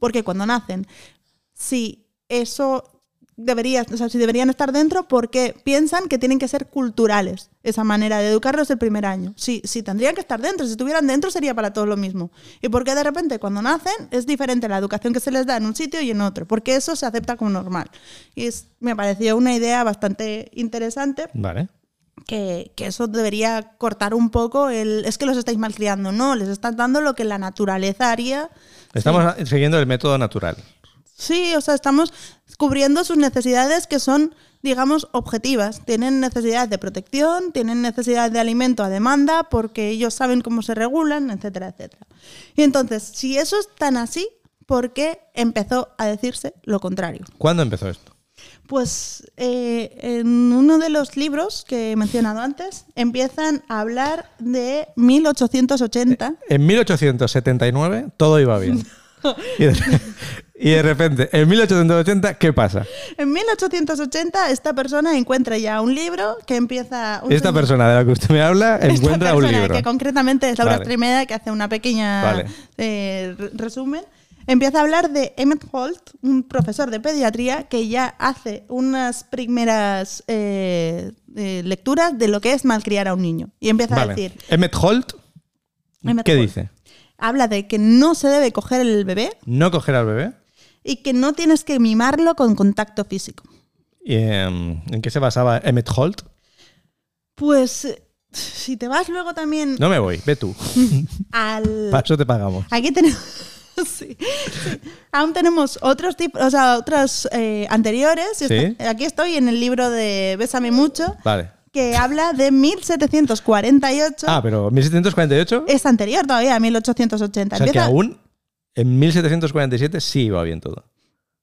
Speaker 2: Porque cuando nacen, si eso debería, o sea, si deberían estar dentro, porque piensan que tienen que ser culturales esa manera de educarlos el primer año. Si, si tendrían que estar dentro, si estuvieran dentro sería para todos lo mismo. ¿Y por qué de repente cuando nacen es diferente la educación que se les da en un sitio y en otro? Porque eso se acepta como normal. Y es- me pareció una idea bastante interesante
Speaker 1: Vale.
Speaker 2: que, que eso debería cortar un poco el... Es que los estáis malcriando, no, les estás dando lo que la naturaleza haría
Speaker 1: Estamos siguiendo el método natural.
Speaker 2: Sí, o sea, estamos cubriendo sus necesidades que son, digamos, objetivas. Tienen necesidad de protección, tienen necesidad de alimento a demanda, porque ellos saben cómo se regulan, etcétera, etcétera. Y entonces, si eso es tan así, ¿por qué empezó a decirse lo contrario?
Speaker 1: ¿Cuándo empezó esto?
Speaker 2: Pues eh, en uno de los libros que he mencionado antes, empiezan a hablar de 1880.
Speaker 1: En 1879 todo iba bien. Y de, y de repente, en 1880, ¿qué pasa?
Speaker 2: En 1880 esta persona encuentra ya un libro que empieza... un
Speaker 1: Esta
Speaker 2: señor-
Speaker 1: persona de la que usted me habla
Speaker 2: Esta
Speaker 1: encuentra un
Speaker 2: persona,
Speaker 1: libro.
Speaker 2: Que concretamente es Laura
Speaker 1: Vale.
Speaker 2: Estremeda, que hace una pequeña
Speaker 1: Vale.
Speaker 2: eh, re- resumen. Empieza a hablar de Emmett Holt, un profesor de pediatría que ya hace unas primeras eh, eh, lecturas de lo que es malcriar a un niño. Y empieza
Speaker 1: Vale.
Speaker 2: a decir,
Speaker 1: Emmett Holt,
Speaker 2: Emmett
Speaker 1: ¿qué
Speaker 2: Holt.
Speaker 1: dice?
Speaker 2: habla de que no se debe coger el bebé
Speaker 1: No coger al bebé.
Speaker 2: y que no tienes que mimarlo con contacto físico.
Speaker 1: Y, em, ¿En qué se basaba Emmett Holt?
Speaker 2: Pues eh, si te vas luego también
Speaker 1: No me voy, ve tú.
Speaker 2: al...
Speaker 1: Paso te pagamos.
Speaker 2: Aquí tenemos. sí, sí. Aún tenemos otros tipos, o sea, otros eh, anteriores.
Speaker 1: Sí.
Speaker 2: Está- Aquí estoy en el libro de Bésame mucho,
Speaker 1: Vale.
Speaker 2: que habla de 1748.
Speaker 1: Ah, pero 1748,
Speaker 2: Es anterior todavía, a 1880.
Speaker 1: o sea que
Speaker 2: Eh, Empieza-
Speaker 1: aún en 1747 sí iba bien todo.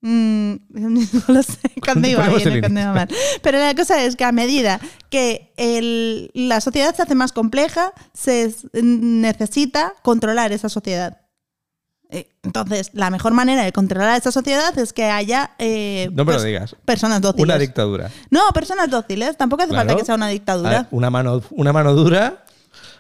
Speaker 2: Mm, no lo sé, cuando iba
Speaker 1: Ponemos
Speaker 2: bien
Speaker 1: el
Speaker 2: y cuando iba mal. Pero la cosa es que a medida que el- la sociedad se hace más compleja, se s- necesita controlar esa sociedad. Eh, Entonces, la mejor manera de controlar esa sociedad es que haya eh,
Speaker 1: No me lo
Speaker 2: pers-
Speaker 1: digas.
Speaker 2: personas dóciles.
Speaker 1: Una dictadura.
Speaker 2: no, personas dóciles. Tampoco hace falta
Speaker 1: Claro.
Speaker 2: que sea una
Speaker 1: A ver,
Speaker 2: dictadura.
Speaker 1: una mano, una mano dura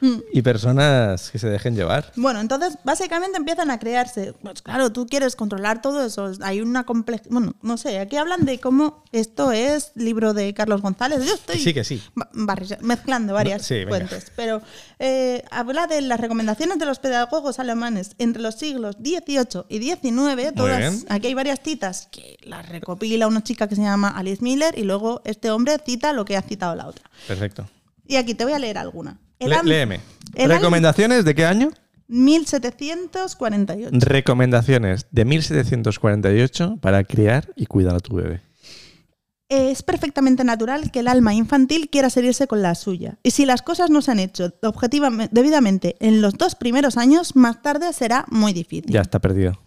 Speaker 2: Mm.
Speaker 1: y personas que se dejen llevar.
Speaker 2: Pues Bueno, entonces básicamente empiezan a crearse. Pues claro, tú quieres controlar todo eso. Hay una compleja. Bueno, no sé, aquí hablan de cómo esto es libro de Carlos González. Yo estoy.
Speaker 1: Sí, que sí.
Speaker 2: ba- barri- mezclando varias
Speaker 1: No, sí, venga.
Speaker 2: fuentes. Pero eh, habla de las recomendaciones de los pedagogos alemanes entre los siglos XVIII y XIX. Todas,
Speaker 1: bien.
Speaker 2: aquí hay varias citas que las recopila una chica que se llama Alice Miller y luego este hombre cita lo que ha citado la otra.
Speaker 1: Perfecto.
Speaker 2: Y aquí te voy a leer alguna. El
Speaker 1: Le-
Speaker 2: am-
Speaker 1: léeme.
Speaker 2: el am-
Speaker 1: ¿Recomendaciones de qué año?
Speaker 2: 1748.
Speaker 1: Recomendaciones de 1748 para criar y cuidar a tu bebé.
Speaker 2: Es perfectamente natural que el alma infantil quiera salirse con la suya. Y si las cosas no se han hecho objetivamente, debidamente en los dos primeros años, más tarde será muy difícil.
Speaker 1: Ya está perdido.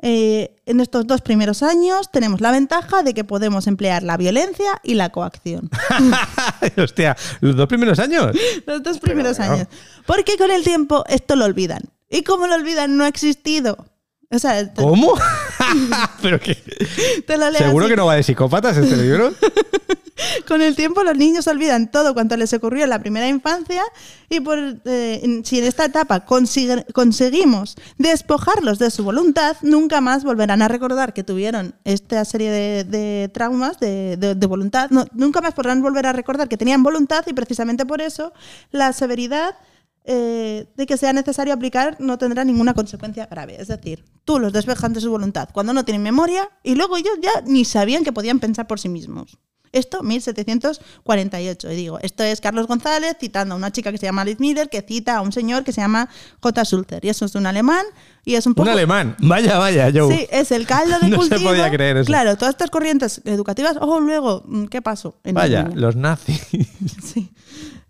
Speaker 2: Eh, en estos dos primeros años tenemos la ventaja de que podemos emplear la violencia y la coacción.
Speaker 1: Hostia, los dos primeros años.
Speaker 2: Los dos primeros
Speaker 1: bueno.
Speaker 2: años. Porque con el tiempo esto lo olvidan. Y como lo olvidan, no ha existido. O sea, te,
Speaker 1: ¿Cómo? Pero que,
Speaker 2: te lo leo
Speaker 1: Oh, seguro
Speaker 2: así.
Speaker 1: que no va de psicópatas este libro.
Speaker 2: Con el tiempo los niños olvidan todo cuanto les ocurrió en la primera infancia y por, eh, en- si en esta etapa consigue- conseguimos despojarlos de su voluntad, nunca más volverán a recordar que tuvieron esta serie de, de traumas de, de- de voluntad. No, nunca más podrán volver a recordar que tenían voluntad y precisamente por eso la severidad eh, de que sea necesario aplicar no tendrá ninguna consecuencia grave. Es decir, tú los despejas de su voluntad cuando no tienen memoria y luego ellos ya ni sabían que podían pensar por sí mismos. Esto 1748. Y digo, esto es Carlos González citando a una chica que se llama Liz Miller que cita a un señor que se llama J. Sulzer. Y eso es de un alemán y es un
Speaker 1: Un
Speaker 2: poco...
Speaker 1: alemán. Vaya, vaya, Joe.
Speaker 2: Sí, es el caldo de
Speaker 1: No se
Speaker 2: cultivo.
Speaker 1: podía creer eso.
Speaker 2: Claro, todas estas corrientes educativas. Ojo, luego, mm, ¿qué pasó? en
Speaker 1: Vaya,
Speaker 2: Alemania?
Speaker 1: los nazis.
Speaker 2: Sí.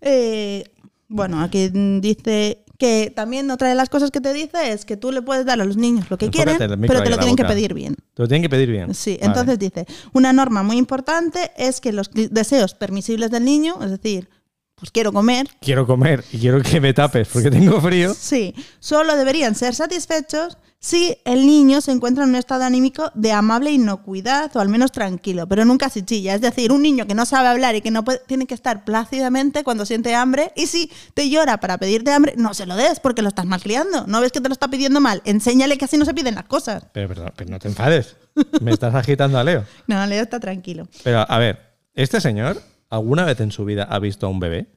Speaker 2: Eh, bueno, aquí mm, dice que también otra de las cosas que te dice es que tú le puedes dar a los niños lo que
Speaker 1: Enfócate en el
Speaker 2: quieren,
Speaker 1: micro
Speaker 2: pero
Speaker 1: ahí
Speaker 2: te
Speaker 1: a
Speaker 2: lo
Speaker 1: la
Speaker 2: tienen que
Speaker 1: boca.
Speaker 2: pedir bien.
Speaker 1: Te lo tienen que pedir bien.
Speaker 2: Sí,
Speaker 1: Vale.
Speaker 2: entonces dice, una norma muy importante es que los cli- deseos permisibles del niño, es decir, pues quiero comer,
Speaker 1: Quiero comer y quiero que me tapes porque tengo frío.
Speaker 2: sí, solo deberían ser satisfechos si el niño se encuentra en un estado anímico de amable inocuidad o al menos tranquilo, pero nunca si chilla. Es decir, un niño que no sabe hablar y que no puede- tiene que estar plácidamente cuando siente hambre y si te llora para pedirte hambre, no se lo des porque lo estás malcriando. ¿No ves que te lo está pidiendo mal? Enséñale que así no se piden las cosas.
Speaker 1: Pero, pero- pero no te enfades. Me estás agitando a Leo.
Speaker 2: No, Leo está tranquilo.
Speaker 1: Pero a ver, ¿este señor alguna vez en su vida ha visto a un bebé?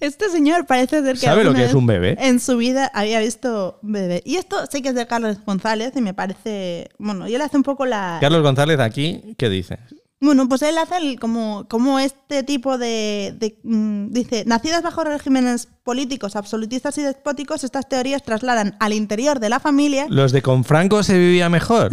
Speaker 2: Este señor parece ser que.
Speaker 1: ¿Sabe lo
Speaker 2: alguna
Speaker 1: que es
Speaker 2: vez
Speaker 1: un bebé?
Speaker 2: En su vida había visto un bebé. Y esto sé que es de Carlos González y me parece. Bueno, y él hace un poco la.
Speaker 1: Carlos González aquí, ¿qué dice?
Speaker 2: Bueno, pues él hace el- como, como este tipo de. de, mm, dice: nacidas bajo regímenes políticos absolutistas y despóticos, estas teorías trasladan al interior de la familia.
Speaker 1: ¿Los de Confranco se vivía mejor?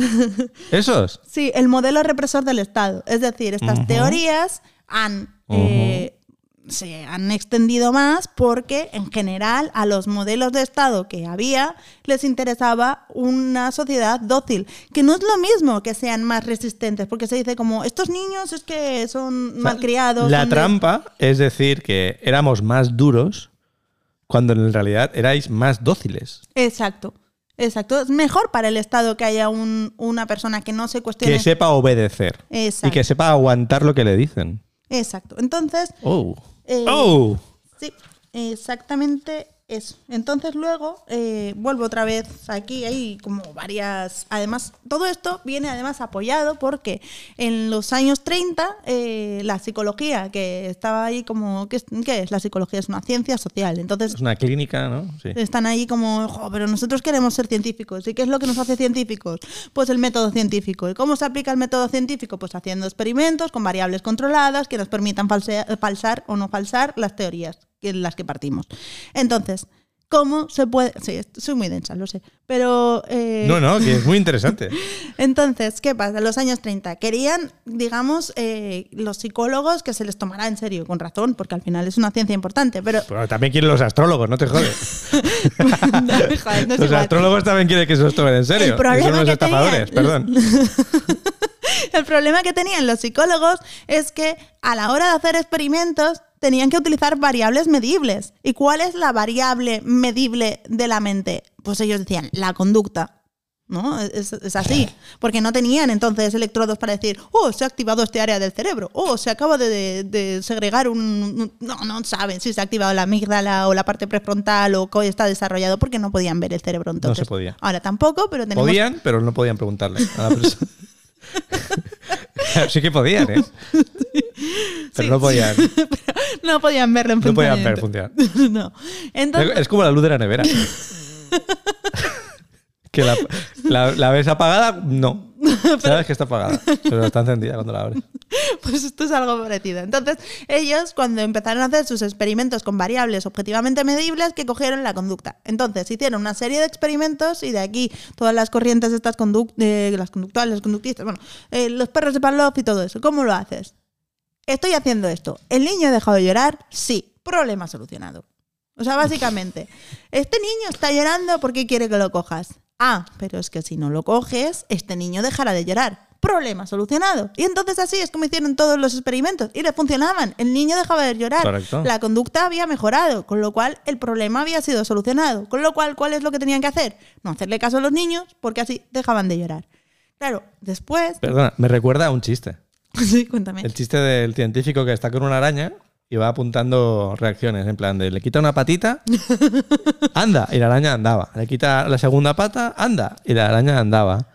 Speaker 1: ¿Esos?
Speaker 2: Sí, el modelo represor del Estado. Es decir, estas teorías han, eh, se han extendido más porque, en general, a los modelos de Estado que había les interesaba una sociedad dócil. Que no es lo mismo que sean más resistentes, porque se dice como, estos niños es que son
Speaker 1: O sea,
Speaker 2: malcriados.
Speaker 1: La
Speaker 2: son de-".
Speaker 1: trampa es decir que éramos más duros cuando en realidad erais más dóciles.
Speaker 2: Exacto. Exacto. Es mejor para el Estado que haya un- una persona que no se cuestione.
Speaker 1: Que sepa obedecer.
Speaker 2: Exacto.
Speaker 1: Y que sepa aguantar lo que le dicen.
Speaker 2: Exacto. Entonces,
Speaker 1: Oh.
Speaker 2: Eh,
Speaker 1: oh.
Speaker 2: Sí, exactamente eso. Entonces luego eh, vuelvo otra vez aquí, hay como varias... Además, todo esto viene además apoyado porque en los años 30 eh, la psicología, que estaba ahí como... ¿qué es, qué es? La psicología es una ciencia social. Entonces
Speaker 1: Es una clínica, ¿no? Sí.
Speaker 2: están ahí como, "Jo, pero nosotros queremos ser científicos. ¿Y qué es lo que nos hace científicos? Pues el método científico. ¿Y cómo se aplica el método científico? Pues haciendo experimentos con variables controladas que nos permitan falsea- falsar o no falsar las teorías en las que partimos. Entonces, ¿cómo se puede...? Sí, soy muy densa, lo sé. Pero... eh,
Speaker 1: No, no, que es muy interesante.
Speaker 2: entonces, ¿qué pasa? En los años 30 querían, digamos, eh, los psicólogos que se les tomara en serio, con razón, porque al final es una ciencia importante, pero...
Speaker 1: Pero también quieren los astrólogos, no te jodes. Pues-
Speaker 2: Joder, no es
Speaker 1: los
Speaker 2: igual.
Speaker 1: astrólogos también quieren que se los tomen en serio.
Speaker 2: El
Speaker 1: que
Speaker 2: problema
Speaker 1: son unos
Speaker 2: que
Speaker 1: estafadores,
Speaker 2: tenían-
Speaker 1: perdón.
Speaker 2: El problema que tenían los psicólogos es que a la hora de hacer experimentos tenían que utilizar variables medibles. ¿Y cuál es la variable medible de la mente? Pues ellos decían, la conducta. ¿No? Es, es así. Porque no tenían entonces electrodos para decir, oh, se ha activado este área del cerebro, oh, se acaba de, de segregar un, un- No, no saben si se ha activado la amígdala o la parte prefrontal o cómo está desarrollado porque no podían ver el cerebro entonces.
Speaker 1: se podía.
Speaker 2: Ahora tampoco, pero tenemos
Speaker 1: Podían, pero no podían preguntarle a la persona. sí que podían, ¿eh? Pero
Speaker 2: Sí.
Speaker 1: no podían.
Speaker 2: No podían verlo en
Speaker 1: No podían ver
Speaker 2: funcionamiento.
Speaker 1: funcionar.
Speaker 2: no. Entonces,
Speaker 1: Es como la luz de la nevera. que la, la- la ves apagada, no. Sabes que está apagada, pero está encendida cuando la abres.
Speaker 2: pues esto es algo parecido. Entonces, ellos cuando empezaron a hacer sus experimentos con variables objetivamente medibles, que cogieron la conducta. Entonces, hicieron una serie de experimentos y de aquí todas las corrientes estas conduc- eh, las conductuales, los conductistas, bueno, eh, los perros de Pavlov y todo eso. ¿Cómo lo haces? Estoy haciendo esto. ¿El niño ha dejado de llorar? Sí. Problema solucionado. O sea, básicamente, este niño está llorando porque quiere que lo cojas. Ah, pero es que si no lo coges, este niño dejará de llorar. Problema solucionado. Y entonces así es como hicieron todos los experimentos y le funcionaban. El niño dejaba de llorar.
Speaker 1: Correcto.
Speaker 2: La conducta había mejorado, con lo cual el problema había sido solucionado. Con lo cual, ¿cuál es lo que tenían que hacer? No hacerle caso a los niños porque así dejaban de llorar. Claro, después...
Speaker 1: Perdona, me recuerda a un chiste.
Speaker 2: Sí, cuéntame.
Speaker 1: El chiste del científico que está con una araña y va apuntando reacciones. En plan, de, le quita una patita, anda, y la araña andaba. Le quita la segunda pata, anda, y la araña andaba.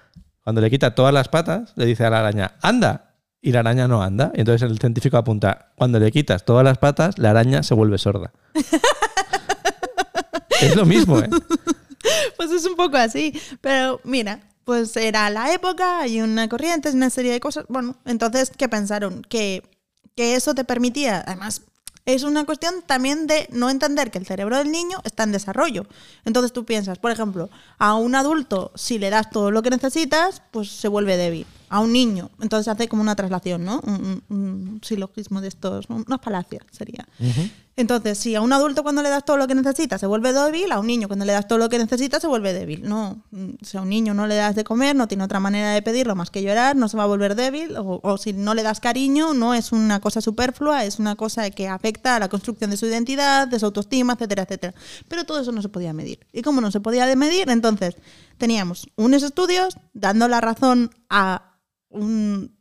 Speaker 1: Cuando le quita todas las patas, le dice a la araña, anda, y la araña no anda. Y entonces el científico apunta, cuando le quitas todas las patas, la araña se vuelve sorda. es lo mismo, ¿eh?
Speaker 2: Pues es un poco así. Pero mira, pues era la época, hay una corriente, hay una serie de cosas. Bueno, entonces, ¿qué pensaron? Que, que eso te permitía, además, es una cuestión también de no entender que el cerebro del niño está en desarrollo. Entonces tú piensas, por ejemplo, a un adulto, si le das todo lo que necesitas, pues se vuelve débil. A un niño, entonces hace como una traslación, ¿no? Un, un- un silogismo de estos, un- unas palacias sería. Entonces, si a un adulto cuando le das todo lo que necesita se vuelve débil, a un niño cuando le das todo lo que necesita se vuelve débil. No, mm, si a un niño no le das de comer, no tiene otra manera de pedirlo más que llorar, no se va a volver débil, o, o si no le das cariño, no es una cosa superflua, es una cosa que afecta a la construcción de su identidad, de su autoestima, etcétera, etcétera. Pero todo eso no se podía medir. Y como no se podía de medir, entonces teníamos unos estudios dando la razón a un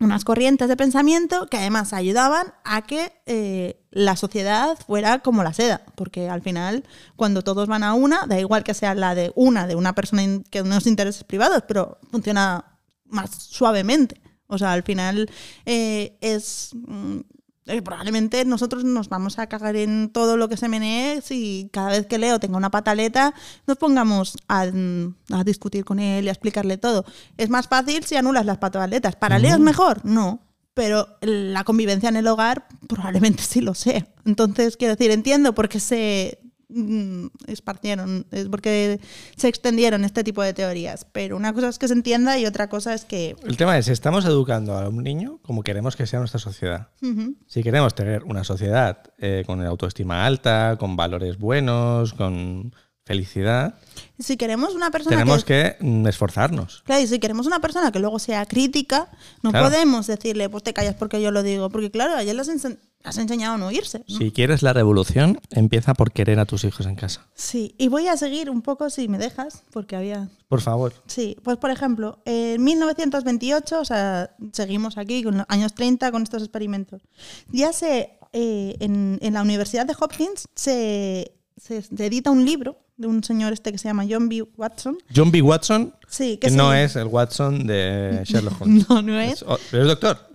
Speaker 2: unas corrientes de pensamiento que además ayudaban a que eh, la sociedad fuera como la seda, porque al final cuando todos van a una, da igual que sea la de una, de una persona in- que unos intereses privados, pero funciona más suavemente. O sea, al final eh, es... mm, eh, probablemente nosotros nos vamos a cagar en todo lo que se menee si cada vez que Leo tenga una pataleta nos pongamos a, mm, a discutir con él y a explicarle todo. Es más fácil si anulas las pataletas. ¿Para Leo es mejor? No. Pero la convivencia en el hogar probablemente sí lo sea. Entonces, quiero decir, entiendo por qué se mm, esparcieron, es porque se extendieron este tipo de teorías. Pero una cosa es que se entienda y otra cosa es que...
Speaker 1: El tema es, estamos educando a un niño como queremos que sea nuestra sociedad.
Speaker 2: Ujú.
Speaker 1: Si queremos tener una sociedad eh, con autoestima alta, con valores buenos, con felicidad,
Speaker 2: Si queremos una persona que
Speaker 1: tenemos que mm, esforzarnos.
Speaker 2: Claro, y si queremos una persona que luego sea crítica, no
Speaker 1: Claro.
Speaker 2: podemos decirle, pues te callas porque yo lo digo. Porque claro, ayer las ense- has enseñado a no irse. ¿no?
Speaker 1: Si quieres la revolución, empieza por querer a tus hijos en casa.
Speaker 2: Sí, y voy a seguir un poco si me dejas, porque había...
Speaker 1: Por favor.
Speaker 2: Sí, pues por ejemplo, en 1928, o sea, seguimos aquí con los años 30 con estos experimentos. Ya se, eh, en, en la Universidad de Hopkins se, se, se edita un libro de un señor este que se llama John B. Watson.
Speaker 1: John B. Watson,
Speaker 2: Sí, que
Speaker 1: que no
Speaker 2: se-
Speaker 1: es el Watson de Sherlock Holmes.
Speaker 2: No, no es.
Speaker 1: o- pero es doctor.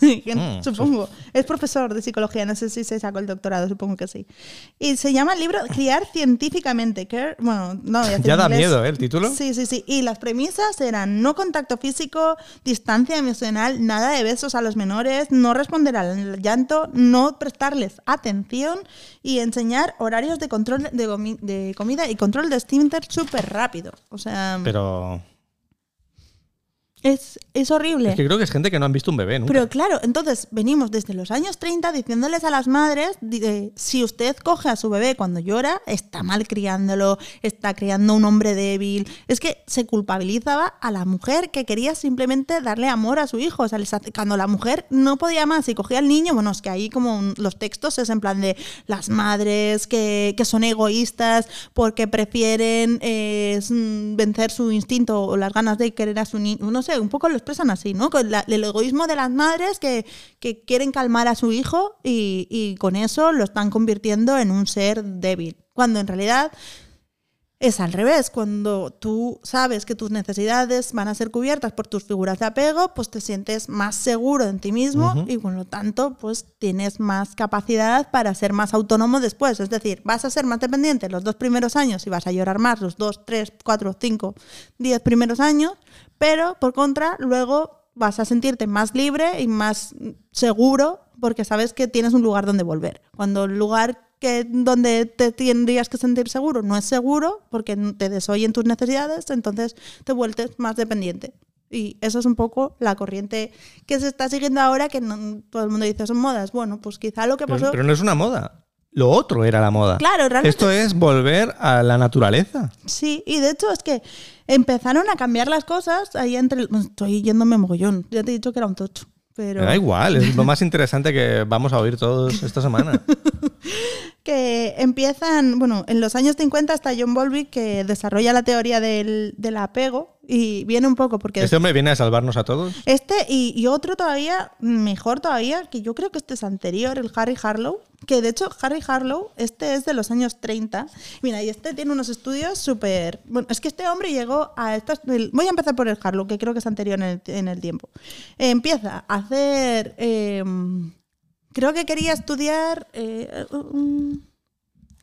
Speaker 2: Sí, que
Speaker 1: Mm,
Speaker 2: supongo. Es profesor de psicología, no sé si se sacó el doctorado, supongo que sí. Y se llama el libro Criar científicamente. Care- bueno, no, voy a decir
Speaker 1: Ya
Speaker 2: en
Speaker 1: da
Speaker 2: inglés.
Speaker 1: miedo, ¿eh? El título.
Speaker 2: Sí, sí, sí. Y las premisas eran no contacto físico, distancia emocional, nada de besos a los menores, no responder al llanto, no prestarles atención y enseñar horarios de control de, gomi- de comida y control de esfínter súper rápido. O sea,
Speaker 1: Pero
Speaker 2: es, es horrible.
Speaker 1: es que creo que es gente que no han visto un bebé nunca.
Speaker 2: Pero claro, entonces venimos desde los años 30 diciéndoles a las madres, di- eh, si usted coge a su bebé cuando llora, está mal criándolo, está criando un hombre débil. Es que se culpabilizaba a la mujer que quería simplemente darle amor a su hijo. O sea, les hace- cuando la mujer no podía más y cogía al niño, bueno, es que ahí como un- los textos es en plan de las madres que, que son egoístas porque prefieren eh, s- mm, vencer su instinto o las ganas de querer a su niño. No sé, un poco lo expresan así, ¿no? Con la- el egoísmo de las madres que, que quieren calmar a su hijo y, y con eso lo están convirtiendo en un ser débil. Cuando en realidad es al revés, cuando tú sabes que tus necesidades van a ser cubiertas por tus figuras de apego, pues te sientes más seguro en ti mismo
Speaker 1: Ujú.
Speaker 2: y por lo tanto pues tienes más capacidad para ser más autónomo después. Es decir, vas a ser más dependiente los dos primeros años y vas a llorar más los dos, tres, cuatro, cinco, diez primeros años, pero por contra luego vas a sentirte más libre y más mm, seguro porque sabes que tienes un lugar donde volver. Cuando el lugar que donde te tendrías que sentir seguro no es seguro porque te desoyen tus necesidades, entonces te vuelves más dependiente. Y eso es un poco la corriente que se está siguiendo ahora, que no- todo el mundo dice son modas. Bueno, pues quizá lo que
Speaker 1: Pero-
Speaker 2: pasó...
Speaker 1: pero no es una moda. Lo otro era la moda.
Speaker 2: Claro, realmente-
Speaker 1: Esto es volver a la naturaleza.
Speaker 2: Sí, y de hecho es que empezaron a cambiar las cosas ahí entre... el- bueno, Estoy yéndome mogollón, ya te he dicho que era un tocho, pero...
Speaker 1: Me da igual, es lo más interesante que vamos a oír todos esta semana.
Speaker 2: que empiezan, bueno, en los años 50 está John Bowlby que desarrolla la teoría del, del apego y viene un poco porque...
Speaker 1: Este hombre viene a salvarnos a todos.
Speaker 2: Este y, y otro todavía, mejor todavía, que yo creo que este es anterior, el Harry Harlow, que de hecho Harry Harlow, este es de los años 30. Mira, y este tiene unos estudios súper... Bueno, es que este hombre llegó a estas... el- Voy a empezar por el Harlow, que creo que es anterior en el, en el tiempo. Eh, empieza a hacer... eh, creo que quería estudiar... eh, mm,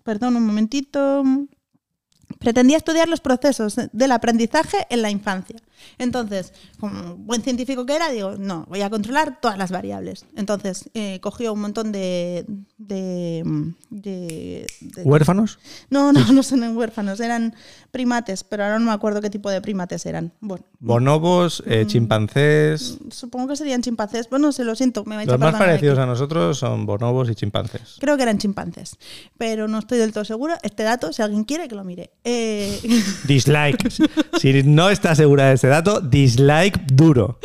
Speaker 2: perdón, un momentito pretendía estudiar los procesos del aprendizaje en la infancia. Entonces, como buen científico que era, digo, no, voy a controlar todas las variables. Entonces, eh, cogió un montón de... de, de- de-
Speaker 1: ¿Huérfanos?
Speaker 2: no, no, no son huérfanos, eran primates, pero ahora no me acuerdo qué tipo de primates eran. Bueno,
Speaker 1: Bonobos,
Speaker 2: Mm.
Speaker 1: eh, chimpancés.
Speaker 2: supongo que serían chimpancés. Bueno, se lo siento, me vais a
Speaker 1: Los más
Speaker 2: perdonar aquí.
Speaker 1: parecidos a nosotros son bonobos y chimpancés.
Speaker 2: Creo que eran chimpancés, pero no estoy del todo segura. Este dato, si alguien quiere, que lo mire. Eh,
Speaker 1: Dislike. Si no estás segura de ese dato, dislike duro.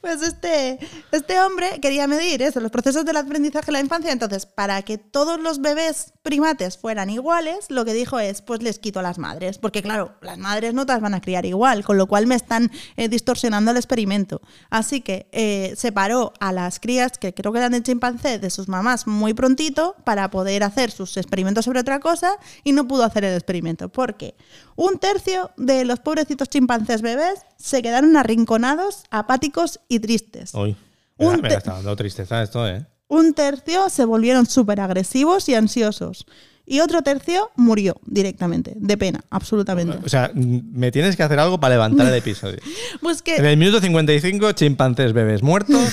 Speaker 2: Pues este, este hombre quería medir eso, los procesos del aprendizaje en la infancia. Entonces, para que todos los bebés primates fueran iguales, lo que dijo es, pues les quito a las madres. Porque claro, las madres no te las van a criar igual, con lo cual me están eh, distorsionando el experimento. Así que eh, separó a las crías, que creo que eran de chimpancé, de sus mamás muy prontito para poder hacer sus experimentos sobre otra cosa y no pudo hacer el experimento. Porque un tercio de los pobrecitos chimpancés bebés se quedaron arrinconados, apáticos y tristes.
Speaker 1: Hoy. Me, da-
Speaker 2: Un
Speaker 1: me
Speaker 2: te-
Speaker 1: está dando tristeza esto, ¿eh?
Speaker 2: Un tercio se volvieron súper agresivos y ansiosos. Y otro tercio murió directamente, de pena, absolutamente.
Speaker 1: O sea, m- me tienes que hacer algo para levantar el episodio.
Speaker 2: Pues que
Speaker 1: En el minuto 55, chimpancés bebés muertos.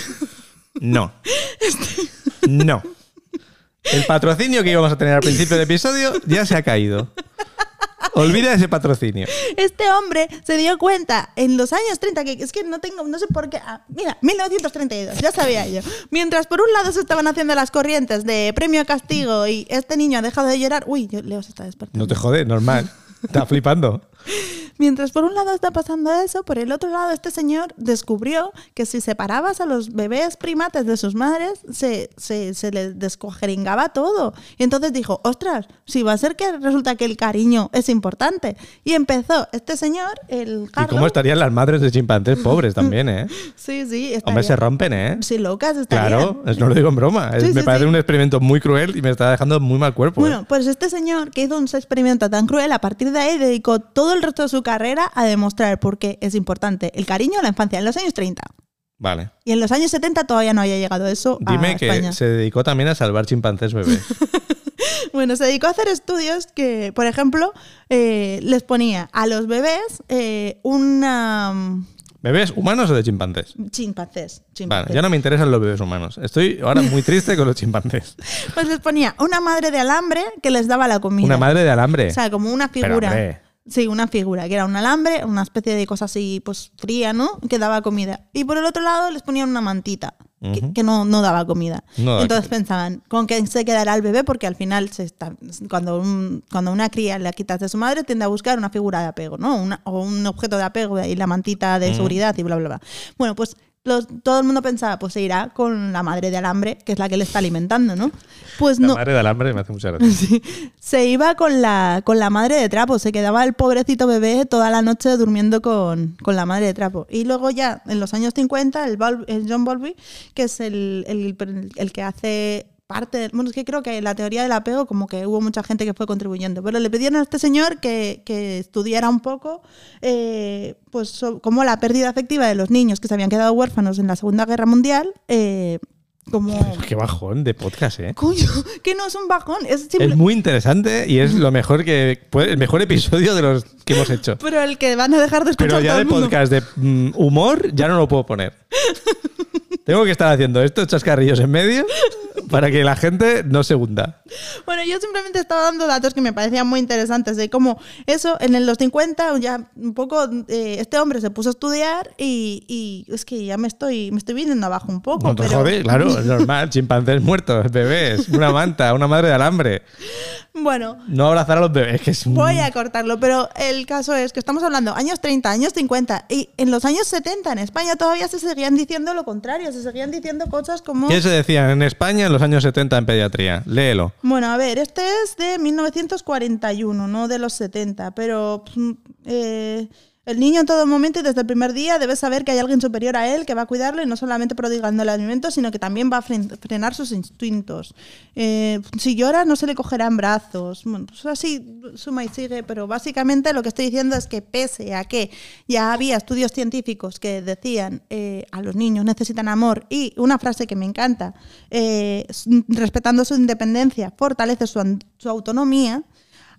Speaker 1: No. No. El patrocinio que íbamos a tener al principio del episodio ya se ha caído. Olvida ese patrocinio.
Speaker 2: Este hombre se dio cuenta en los años 30, que es que no tengo, no sé por qué. ah, mira, 1932, ya sabía yo. Mientras por un lado se estaban haciendo las corrientes de premio castigo y este niño ha dejado de llorar. Uy, yo- Leo se está despertando.
Speaker 1: No te jode, normal. Está flipando.
Speaker 2: Mientras por un lado está pasando eso, por el otro lado este señor descubrió que si separabas a los bebés primates de sus madres, se, se, se les descojeringaba todo. Y entonces dijo, ostras, si va a ser que resulta que el cariño es importante. Y empezó este señor, el
Speaker 1: ¿Y
Speaker 2: Harlow,
Speaker 1: cómo estarían las madres de chimpancés pobres también, eh?
Speaker 2: Sí, sí, estaría.
Speaker 1: Hombre, se rompen, ¿eh?
Speaker 2: Sí, locas estarían.
Speaker 1: Claro, pues. es- no lo digo en broma. Es-
Speaker 2: Sí,
Speaker 1: me
Speaker 2: sí,
Speaker 1: parece
Speaker 2: sí.
Speaker 1: un experimento muy cruel y me está dejando muy mal cuerpo. ¿eh?
Speaker 2: Bueno, pues este señor que hizo un experimento tan cruel, a partir de ahí dedicó todo el resto de su carrera a demostrar por qué es importante el cariño a la infancia en los años 30.
Speaker 1: eh. Vale.
Speaker 2: Y en los años 70 todavía no había llegado eso
Speaker 1: Dime
Speaker 2: a
Speaker 1: que
Speaker 2: España.
Speaker 1: se dedicó también a salvar chimpancés bebés.
Speaker 2: Bueno, se dedicó a hacer estudios que, por ejemplo, eh, les ponía a los bebés eh, una... mm,
Speaker 1: ¿Bebés humanos o de chimpancés?
Speaker 2: Chimpancés, chimpancés.
Speaker 1: Vale, ya no me interesan los bebés humanos. Estoy ahora muy triste con los chimpancés.
Speaker 2: Pues les ponía una madre de alambre que les daba la comida.
Speaker 1: Una madre de alambre.
Speaker 2: O sea, como una
Speaker 1: Pero,
Speaker 2: figura.
Speaker 1: hombre.
Speaker 2: sí, una figura, que era un alambre, una especie de cosa así, pues fría, ¿no? Que daba comida. Y por el otro lado les ponían una mantita, que- que,
Speaker 1: Ujú.
Speaker 2: no, no daba comida.
Speaker 1: No daba
Speaker 2: Entonces pensaban, ¿con qué se quedará el bebé? Porque al final, se está, cuando, un- cuando una cría la quitas de su madre, tiende a buscar una figura de apego, ¿no? Una- o un objeto de apego y la mantita de seguridad y bla, bla, bla. Bueno, pues. los- todo el mundo pensaba, pues se irá con la madre de alambre, que es la que le está alimentando, ¿no? Pues
Speaker 1: La
Speaker 2: no.
Speaker 1: madre de alambre me hace mucha gracia.
Speaker 2: Sí. Se iba con la, con la madre de trapo, se quedaba el pobrecito bebé toda la noche durmiendo con, con la madre de trapo. Y luego ya, en los años 50, el, Bal- el John Bowlby, que es el, el- el que hace parte, del- bueno, es que creo que la teoría del apego, como que hubo mucha gente que fue contribuyendo, pero le pidieron a este señor que, que estudiara un poco eh, pues, so- cómo la pérdida afectiva de los niños que se habían quedado huérfanos en la Segunda Guerra Mundial, eh, como...
Speaker 1: Qué bajón de podcast, ¿eh?
Speaker 2: Coño, que no es un bajón, es
Speaker 1: Es
Speaker 2: simple-
Speaker 1: muy interesante y es lo mejor que puede- el mejor episodio de los que hemos hecho.
Speaker 2: Pero el que van a dejar de escuchar
Speaker 1: Pero ya
Speaker 2: todo
Speaker 1: de
Speaker 2: el mundo.
Speaker 1: podcast de mm, humor ya no lo puedo poner. Tengo que estar haciendo estos chascarrillos en medio para que la gente no se hunda.
Speaker 2: Bueno, yo simplemente estaba dando datos que me parecían muy interesantes de cómo eso en el- los 50 ya un poco eh, este hombre se puso a estudiar y, y es que ya me estoy me estoy viniendo abajo un poco.
Speaker 1: No te
Speaker 2: pero-
Speaker 1: jode, claro, es normal. Chimpancés muertos, bebés, una manta, una madre de alambre.
Speaker 2: Bueno,
Speaker 1: No abrazar a los bebés, que es un-
Speaker 2: Voy a cortarlo, pero el caso es que estamos hablando años 30, años 50, y en los años 70 en España todavía se seguían diciendo lo contrario, se seguían diciendo cosas como...
Speaker 1: ¿Qué se decía en España en los años 70 en pediatría? Léelo.
Speaker 2: Bueno, a ver, este es de 1941, no de los 70, pero mm, eh, el niño en todo momento y desde el primer día debe saber que hay alguien superior a él que va a cuidarlo y no solamente prodigándole alimentos, sino que también va a fren- frenar sus instintos. Eh, si llora, no se le cogerán brazos. Bueno, pues así suma y sigue, pero básicamente lo que estoy diciendo es que pese a que ya había estudios científicos que decían eh, a los niños necesitan amor y una frase que me encanta, eh, s- respetando su independencia, fortalece su, an- su autonomía,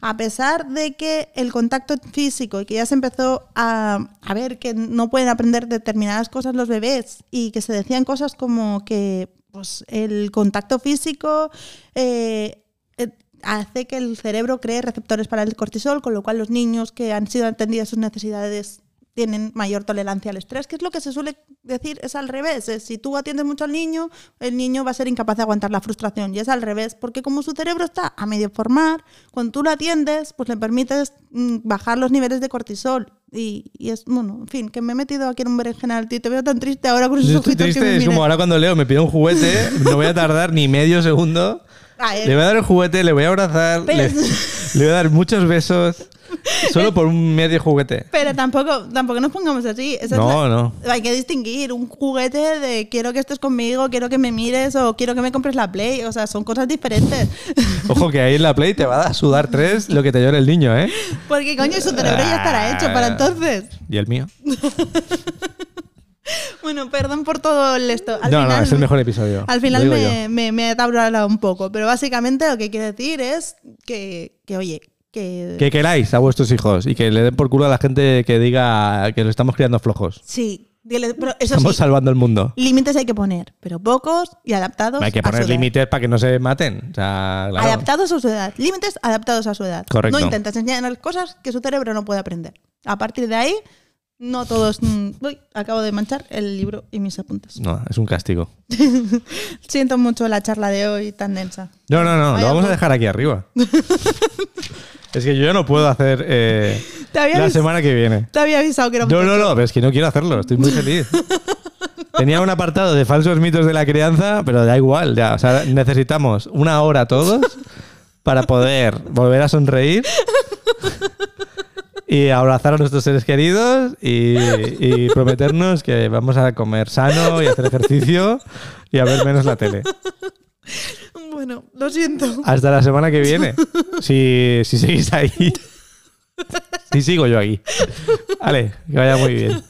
Speaker 2: a pesar de que el contacto físico y que ya se empezó a, a ver que no pueden aprender determinadas cosas los bebés y que se decían cosas como que pues, el contacto físico... eh, eh, hace que el cerebro cree receptores para el cortisol, con lo cual los niños que han sido atendidas sus necesidades tienen mayor tolerancia al estrés, que es lo que se suele decir, es al revés. es si tú atiendes mucho al niño, el niño va a ser incapaz de aguantar la frustración, y es al revés, porque como su cerebro está a medio formar, cuando tú lo atiendes, pues le permites mm, bajar los niveles de cortisol. Y, y es, bueno, en fin, que me he metido aquí en un berenjenal, tío, te veo tan triste ahora con esos
Speaker 1: Yo estoy
Speaker 2: ojitos que me
Speaker 1: triste, es
Speaker 2: miran.
Speaker 1: como ahora cuando Leo me pide un juguete, no voy a tardar ni medio segundo.
Speaker 2: A ver,
Speaker 1: Le voy a dar el juguete, le voy a abrazar,
Speaker 2: Eh. Pero-
Speaker 1: le, le voy a dar muchos besos, solo por un medio juguete.
Speaker 2: Pero tampoco, tampoco nos pongamos así. Esa es
Speaker 1: No,
Speaker 2: la-
Speaker 1: no.
Speaker 2: Hay que distinguir un juguete de quiero que estés conmigo, quiero que me mires o quiero que me compres la Play. O sea, son cosas diferentes.
Speaker 1: Ojo que ahí en la Play te va a dar sudar tres lo que te llore el niño, ¿eh?
Speaker 2: Porque coño, su cerebro ya estará hecho
Speaker 1: Ah.
Speaker 2: para entonces.
Speaker 1: ¿Y el mío?
Speaker 2: Bueno, perdón por todo el esto. Al
Speaker 1: no,
Speaker 2: final,
Speaker 1: no, es el mejor episodio.
Speaker 2: Al
Speaker 1: lo
Speaker 2: final
Speaker 1: digo
Speaker 2: me, me, me he atablado un poco. Pero básicamente lo que quiero decir es que, que oye, que...
Speaker 1: yo. Que queráis a vuestros hijos y que le den por culo a la gente que diga que lo estamos criando flojos.
Speaker 2: Sí, dile- pero eso
Speaker 1: Estamos
Speaker 2: sí,
Speaker 1: salvando el mundo.
Speaker 2: límites hay que poner, pero pocos y adaptados
Speaker 1: Hay que
Speaker 2: a
Speaker 1: poner
Speaker 2: su edad.
Speaker 1: límites para que no se maten. O sea, claro.
Speaker 2: Adaptados a su edad. Límites adaptados a su edad.
Speaker 1: Correcto.
Speaker 2: No intentas enseñar cosas que su cerebro no puede aprender. A partir de ahí, no todos. mm, Uy, acabo de manchar el libro y mis apuntes.
Speaker 1: No, es un castigo.
Speaker 2: Siento mucho la charla de hoy tan densa.
Speaker 1: No, no, no,
Speaker 2: Vaya
Speaker 1: lo vamos a
Speaker 2: puta.
Speaker 1: dejar aquí arriba. es que yo no puedo hacer eh,
Speaker 2: Te había,
Speaker 1: la
Speaker 2: avis-
Speaker 1: semana que viene.
Speaker 2: te había avisado que era un
Speaker 1: No, no, no, pero es que no quiero hacerlo, estoy muy feliz. Tenía un apartado de falsos mitos de la crianza, pero da igual, ya. O sea, necesitamos una hora todos para poder volver a sonreír y abrazar a nuestros seres queridos y, y prometernos que vamos a comer sano y hacer ejercicio y a ver menos la tele.
Speaker 2: Bueno, lo siento.
Speaker 1: Hasta la semana que viene. Si, si seguís ahí. Si sigo yo aquí. Vale, que vaya muy bien.